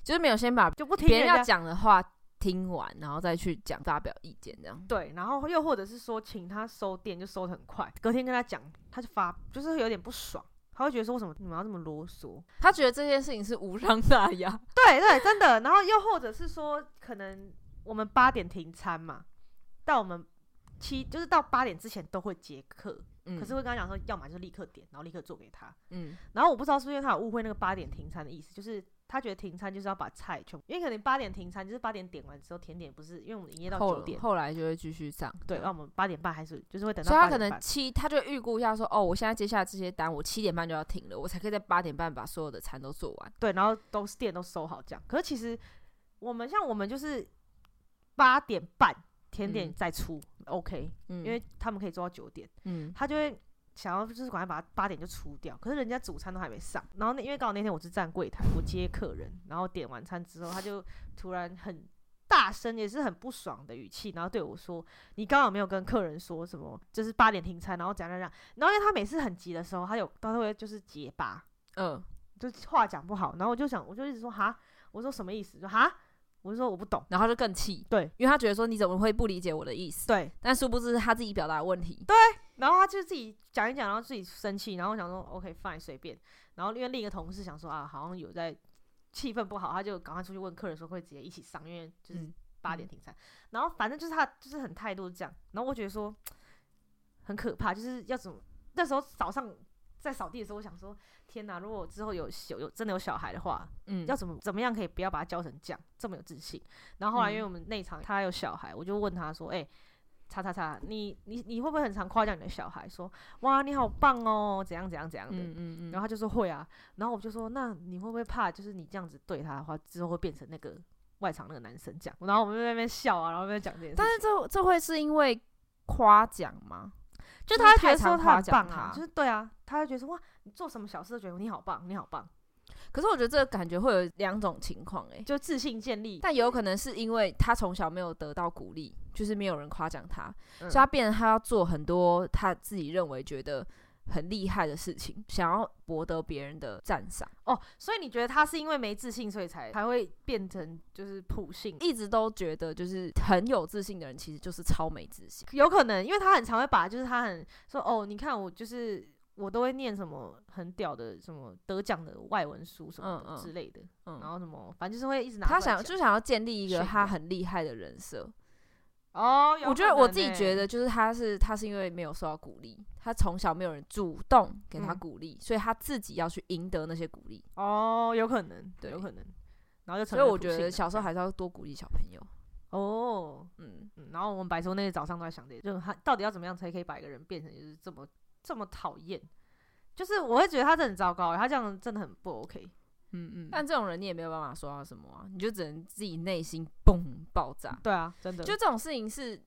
Speaker 1: 就是没有先把
Speaker 2: 就不听
Speaker 1: 别人
Speaker 2: 家
Speaker 1: 要讲的话听完，然后再去讲发表意见这样。
Speaker 2: 对，然后又或者是说请他收店，就收的很快，隔天跟他讲，他就发，就是有点不爽，他会觉得说为什么你们要这么啰嗦？
Speaker 1: 他觉得这件事情是无伤大雅。
Speaker 2: 对对，真的。然后又或者是说，可能我们八点停餐嘛，到我们七就是到八点之前都会结课，
Speaker 1: 嗯
Speaker 2: 可是会跟他讲说，要么就立刻点，然后立刻做给他。
Speaker 1: 嗯，
Speaker 2: 然后我不知道是不是因为他有误会那个八点停餐的意思，就是他觉得停餐就是要把菜全部，因为可能八点停餐，就是八点点完之后甜点不是，因为我们营业到九
Speaker 1: 后
Speaker 2: 点，
Speaker 1: 后来就会继续上，
Speaker 2: 对，
Speaker 1: 这
Speaker 2: 那
Speaker 1: 样
Speaker 2: 我们八点半还是就是会等到
Speaker 1: 所以他
Speaker 2: 八
Speaker 1: 可
Speaker 2: 点半。
Speaker 1: 能七，他就预估一下说，哦，我现在接下来这些单，我七点半就要停了，我才可以在八点半把所有的餐都做完。
Speaker 2: 对，然后都是店都收好这样。可是其实我们像我们就是八点半甜点
Speaker 1: 嗯
Speaker 2: 再出、OK，
Speaker 1: 嗯，
Speaker 2: 因为他们可以做到九点，
Speaker 1: 嗯
Speaker 2: 他就会想要就是赶快把八点就出掉。可是人家主餐都还没上，然后那因为刚好那天我是站柜台，我接客人，然后点完餐之后，他就突然很。大声也是很不爽的语气，然后对我说：“你刚好没有跟客人说什么，就是八点停餐，然后怎样怎样。”然后因为他每次很急的时候，他有他都会就是结巴，
Speaker 1: 嗯，
Speaker 2: 就话讲不好，然后我就想，我就一直说哈，我说什么意思？说哈，我就说我不懂。
Speaker 1: 然后他就更气，
Speaker 2: 对，
Speaker 1: 因为他觉得说你怎么会不理解我的意思？
Speaker 2: 对，
Speaker 1: 但殊不知他自己表达的问题。
Speaker 2: 啊然后他就自己讲一讲，然后自己生气，然后我想说 OK fine 随便。然后因为另一个同事想说啊，好像有在气氛不好，他就赶快出去问客人说会直接一起上，因为就是
Speaker 1: 嗯
Speaker 2: 八点停餐。然后反正就是他就是很态度这样，然后我觉得说很可怕，就是要怎么那时候早上在扫地的时候，我想说天哪，如果之后有有有真的有小孩的话，
Speaker 1: 嗯，
Speaker 2: 要怎么怎么样可以不要把他教成这样这么有自信？然后后来因为
Speaker 1: 嗯
Speaker 2: 我们那一场他有小孩，我就问他说：“哎、叉叉叉，你你你会不会很常夸奖你的小孩说哇你好棒哦，怎样怎样怎样的？”
Speaker 1: 嗯嗯嗯，
Speaker 2: 然后他就说会啊，然后我就说那你会不会怕，就是你这样子对他的话，之后会变成那个外场那个男生这样？然后我们就在那边笑啊，然后在那边讲这件事情。
Speaker 1: 但是这这会是因为夸奖吗？
Speaker 2: 就
Speaker 1: 就是
Speaker 2: 他会觉
Speaker 1: 太
Speaker 2: 得说
Speaker 1: 常
Speaker 2: 他
Speaker 1: 夸
Speaker 2: 很
Speaker 1: 奖
Speaker 2: 棒啊，
Speaker 1: 他
Speaker 2: 就是对啊，他会觉得说哇你做什么小事都觉得你好棒，你好棒，
Speaker 1: 可是我觉得这个感觉会有两种情况，哎，
Speaker 2: 就自信建立。
Speaker 1: 但也有可能是因为他从小没有得到鼓励，就是没有人夸奖他，所
Speaker 2: 嗯
Speaker 1: 以他变得他要做很多他自己认为觉得很厉害的事情，想要博得别人的赞赏，
Speaker 2: 哦，所以你觉得他是因为没自信，所以才才会变成就是普信？
Speaker 1: 一直都觉得就是很有自信的人其实就是超没自信。
Speaker 2: 有可能，因为他很常会把就是他很说哦，你看我就是我都会念什么很屌的什么得奖的外文书什么
Speaker 1: 嗯嗯
Speaker 2: 的之类的，然
Speaker 1: 嗯，
Speaker 2: 后什么反正就是会一直拿出
Speaker 1: 他
Speaker 2: 来
Speaker 1: 想
Speaker 2: 讲
Speaker 1: 就想要建立一个
Speaker 2: 炫
Speaker 1: 他
Speaker 2: 耀
Speaker 1: 很厉害的人设。
Speaker 2: 哦，有
Speaker 1: 我觉
Speaker 2: 可
Speaker 1: 得我
Speaker 2: 能
Speaker 1: 自己
Speaker 2: 欸
Speaker 1: 觉得就是他是他是因为没有受到鼓励，他从小没有人主动给他
Speaker 2: 嗯
Speaker 1: 鼓励，所以他自己要去赢得那些鼓励。
Speaker 2: 哦，有可能，
Speaker 1: 对
Speaker 2: 有可能，然后就成
Speaker 1: 所以
Speaker 2: 为
Speaker 1: 我
Speaker 2: 普
Speaker 1: 觉
Speaker 2: 信
Speaker 1: 得
Speaker 2: 了
Speaker 1: 小时候
Speaker 2: 这样
Speaker 1: 还是要多鼓励小朋友。
Speaker 2: 哦。
Speaker 1: 嗯。
Speaker 2: 嗯，然后我们白说那天早上都在想这些，就是他到底要怎么样才可以把一个人变成就是这么这么讨厌？就是我会觉得他真的很糟糕，他这样真的很不 OK。
Speaker 1: 嗯嗯，但这种人你也没有办法说他什么啊，你就只能自己内心嘣爆炸。
Speaker 2: 对啊，真的
Speaker 1: 就这种事情是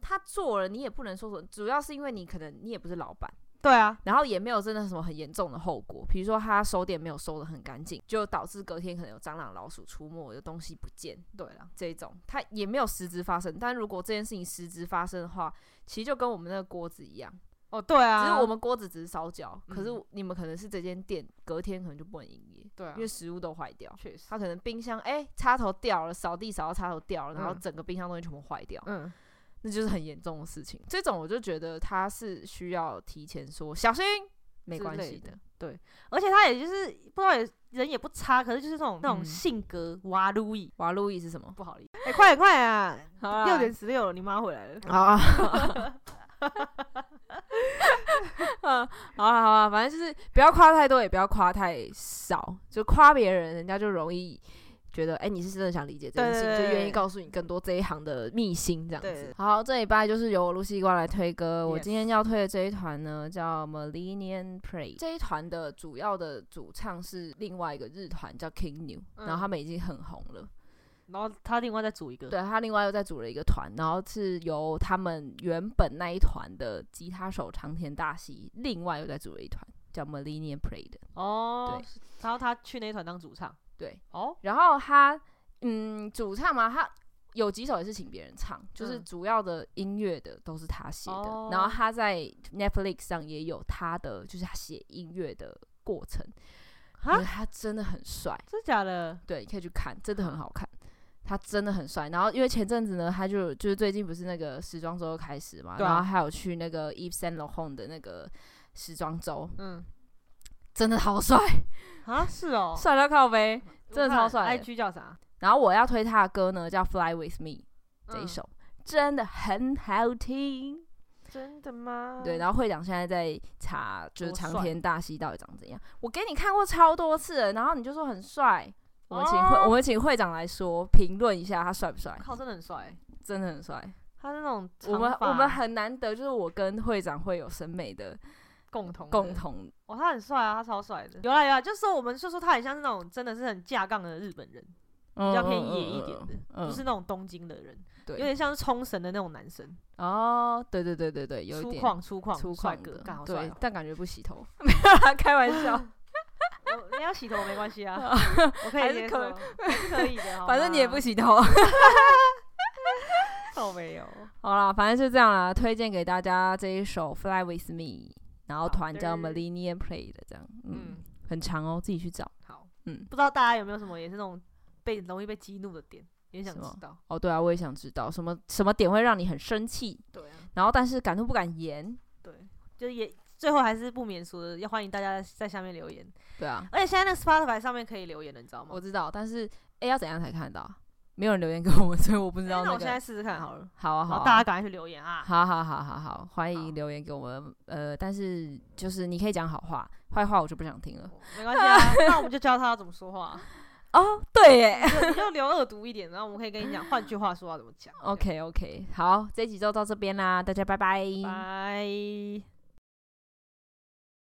Speaker 1: 他做了，你也不能说什么，主要是因为你可能你也不是老板，
Speaker 2: 对啊，
Speaker 1: 然后也没有真的什么很严重的后果，比如说他收店没有收的很干净，就导致隔天可能有蟑螂、老鼠出没，有东西不见
Speaker 2: 对啦，
Speaker 1: 这一种，他也没有实质发生。但如果这件事情实质发生的话，其实就跟我们那个锅子一样，
Speaker 2: 哦对啊，
Speaker 1: 只是我们锅子只是烧焦，可是
Speaker 2: 嗯
Speaker 1: 你们可能是这间店隔天可能就不能营业，
Speaker 2: 对啊
Speaker 1: 因，为食物都坏掉。
Speaker 2: 确实，
Speaker 1: 他可能冰箱哎、插头掉了，扫地扫到插头掉了，然后
Speaker 2: 嗯
Speaker 1: 整个冰箱东西全部坏掉，
Speaker 2: 嗯，
Speaker 1: 那就是很严重的事情。这种我就觉得他是需要提前说小心，没
Speaker 2: 之
Speaker 1: 关
Speaker 2: 类
Speaker 1: 系的。
Speaker 2: 而且他也就是不知道也人也不差，可是就是那种那种
Speaker 1: 嗯
Speaker 2: 性格哇路易
Speaker 1: 瓦路易是什么？
Speaker 2: 不好理解。哎、快点快点 啊！
Speaker 1: 好啦
Speaker 2: 六点十六了，你妈回来了。
Speaker 1: 啊，
Speaker 2: 哦
Speaker 1: 嗯，好了好了，反正就是不要夸太多，也不要夸太少，就夸别人，人家就容易觉得，哎、你是真的想理解这件事情，
Speaker 2: 对对对
Speaker 1: 就愿意告诉你更多这一行的秘辛这样子
Speaker 2: 对。
Speaker 1: 好，这礼拜就是由我露西瓜来推歌。我
Speaker 2: Yes
Speaker 1: 今天要推的这一团呢，叫 Millennium Pray。这一团的主要的主唱是另外一个日团叫 King New，、
Speaker 2: 嗯
Speaker 1: 然后他们已经很红了。
Speaker 2: 然后他另外再组一个，
Speaker 1: 对他另外又再组了一个团，然后是由他们原本那一团的吉他手长田大喜，另外又再组了一团叫 Millennium Play 的。
Speaker 2: 哦
Speaker 1: 对，
Speaker 2: 然后他去那一团当主唱，
Speaker 1: 对，
Speaker 2: 哦，
Speaker 1: 然后他嗯主唱嘛，他有几首也是请别人唱，就是
Speaker 2: 嗯
Speaker 1: 主要的音乐的都是他写的。
Speaker 2: 哦
Speaker 1: 然后他在 Netflix 上也有他的，就是他写音乐的过程，因
Speaker 2: 哈
Speaker 1: 为，他真的很帅。
Speaker 2: 真假的？
Speaker 1: 对，你可以去看，真的很好看。他真的很帅，然后因为前阵子呢，他就就是最近不是那个时装周开始嘛，
Speaker 2: 对啊
Speaker 1: 然后还有去那个 Eve Saint Laurent 的那个时装周，
Speaker 2: 嗯，
Speaker 1: 真的好帅，
Speaker 2: 啊，是 哦，
Speaker 1: 帅到靠背。
Speaker 2: 我
Speaker 1: 真的超
Speaker 2: 看
Speaker 1: 帅的
Speaker 2: ，IG 叫啥？
Speaker 1: 然后我要推他的歌呢，叫《Fly with Me》这一
Speaker 2: 嗯
Speaker 1: 首，真的很好听。
Speaker 2: 真的吗？
Speaker 1: 对，然后会长现在在查，就是
Speaker 2: 嗯多
Speaker 1: 长
Speaker 2: 帅
Speaker 1: 田大西到底长怎样。我给你看过超多次了，然后你就说很帅，我们请会、
Speaker 2: 哦
Speaker 1: 我们请会长来说评论一下他帅不帅，
Speaker 2: 靠，真的很帅，欸
Speaker 1: 真的很帅。
Speaker 2: 他是那种
Speaker 1: 我们
Speaker 2: 长发嗯
Speaker 1: 我们很难得，就是我跟会长会有审美的
Speaker 2: 共同的
Speaker 1: 共同，
Speaker 2: 哦，他很帅啊，他超帅的。有啦有啦，就是说我们就说他很像是那种真的是很架杠的日本人，比
Speaker 1: 比
Speaker 2: 较偏野一点的，
Speaker 1: 嗯
Speaker 2: 不是那种东京的人，
Speaker 1: 对
Speaker 2: 有点像是冲绳的那种男生，
Speaker 1: 哦，对对对对对，有一
Speaker 2: 粗
Speaker 1: 点
Speaker 2: 犷粗犷
Speaker 1: 粗
Speaker 2: 帅
Speaker 1: 犷
Speaker 2: 哥
Speaker 1: 的，，
Speaker 2: 干好帅
Speaker 1: 对
Speaker 2: 哦，。
Speaker 1: 但感觉不洗 头，没有啦，开玩笑，
Speaker 2: 我没有洗头没关系 啊，我可
Speaker 1: 还
Speaker 2: 以
Speaker 1: 是
Speaker 2: 接受啊
Speaker 1: 可，
Speaker 2: 还是可 以的。好
Speaker 1: 反正你也
Speaker 2: 吗
Speaker 1: 不，洗头。
Speaker 2: 我没有。
Speaker 1: 好啦，反正就这样啦，推荐给大家这一首《Fly with Me》，然后
Speaker 2: 好
Speaker 1: 团
Speaker 2: 的
Speaker 1: 叫 Millennium Play 的，这样，嗯，
Speaker 2: 嗯，
Speaker 1: 很长哦，自己去找。
Speaker 2: 好，
Speaker 1: 嗯
Speaker 2: 不知道大家有没有什么也是那种被容易被激怒的点，也想
Speaker 1: 什
Speaker 2: 知
Speaker 1: 么
Speaker 2: 道。
Speaker 1: 哦，对啊，我也想知道什么什么点会让你很生气，
Speaker 2: 对啊，
Speaker 1: 然后但是敢怒不敢言。
Speaker 2: 对，就也最后还是不免俗的，要欢迎大家在下面留言。
Speaker 1: 对啊，
Speaker 2: 而且现在那个 Spotify 上面可以留言了，你知道吗？
Speaker 1: 我知道，但是哎，要怎样才看得到啊？没有人留言给我们，所以我不知
Speaker 2: 哎
Speaker 1: 道
Speaker 2: 那
Speaker 1: 那
Speaker 2: 我现在
Speaker 1: 个。
Speaker 2: 试试看好了。
Speaker 1: 好 啊，好
Speaker 2: 好，
Speaker 1: 啊，
Speaker 2: 大家赶快去留 言啊！
Speaker 1: 好好好好好，欢
Speaker 2: 好
Speaker 1: 迎留言给我们。呃，但是就是你可以讲好话，坏话我就不想听了。
Speaker 2: 没关系啊，那我们就教他要怎么说话，
Speaker 1: 哦，对耶。
Speaker 2: 你就你就留恶毒一点，然后我们可以跟你讲，换句话说要怎么讲。
Speaker 1: OK OK，好，这集就到这边啦，大家拜拜
Speaker 2: 拜。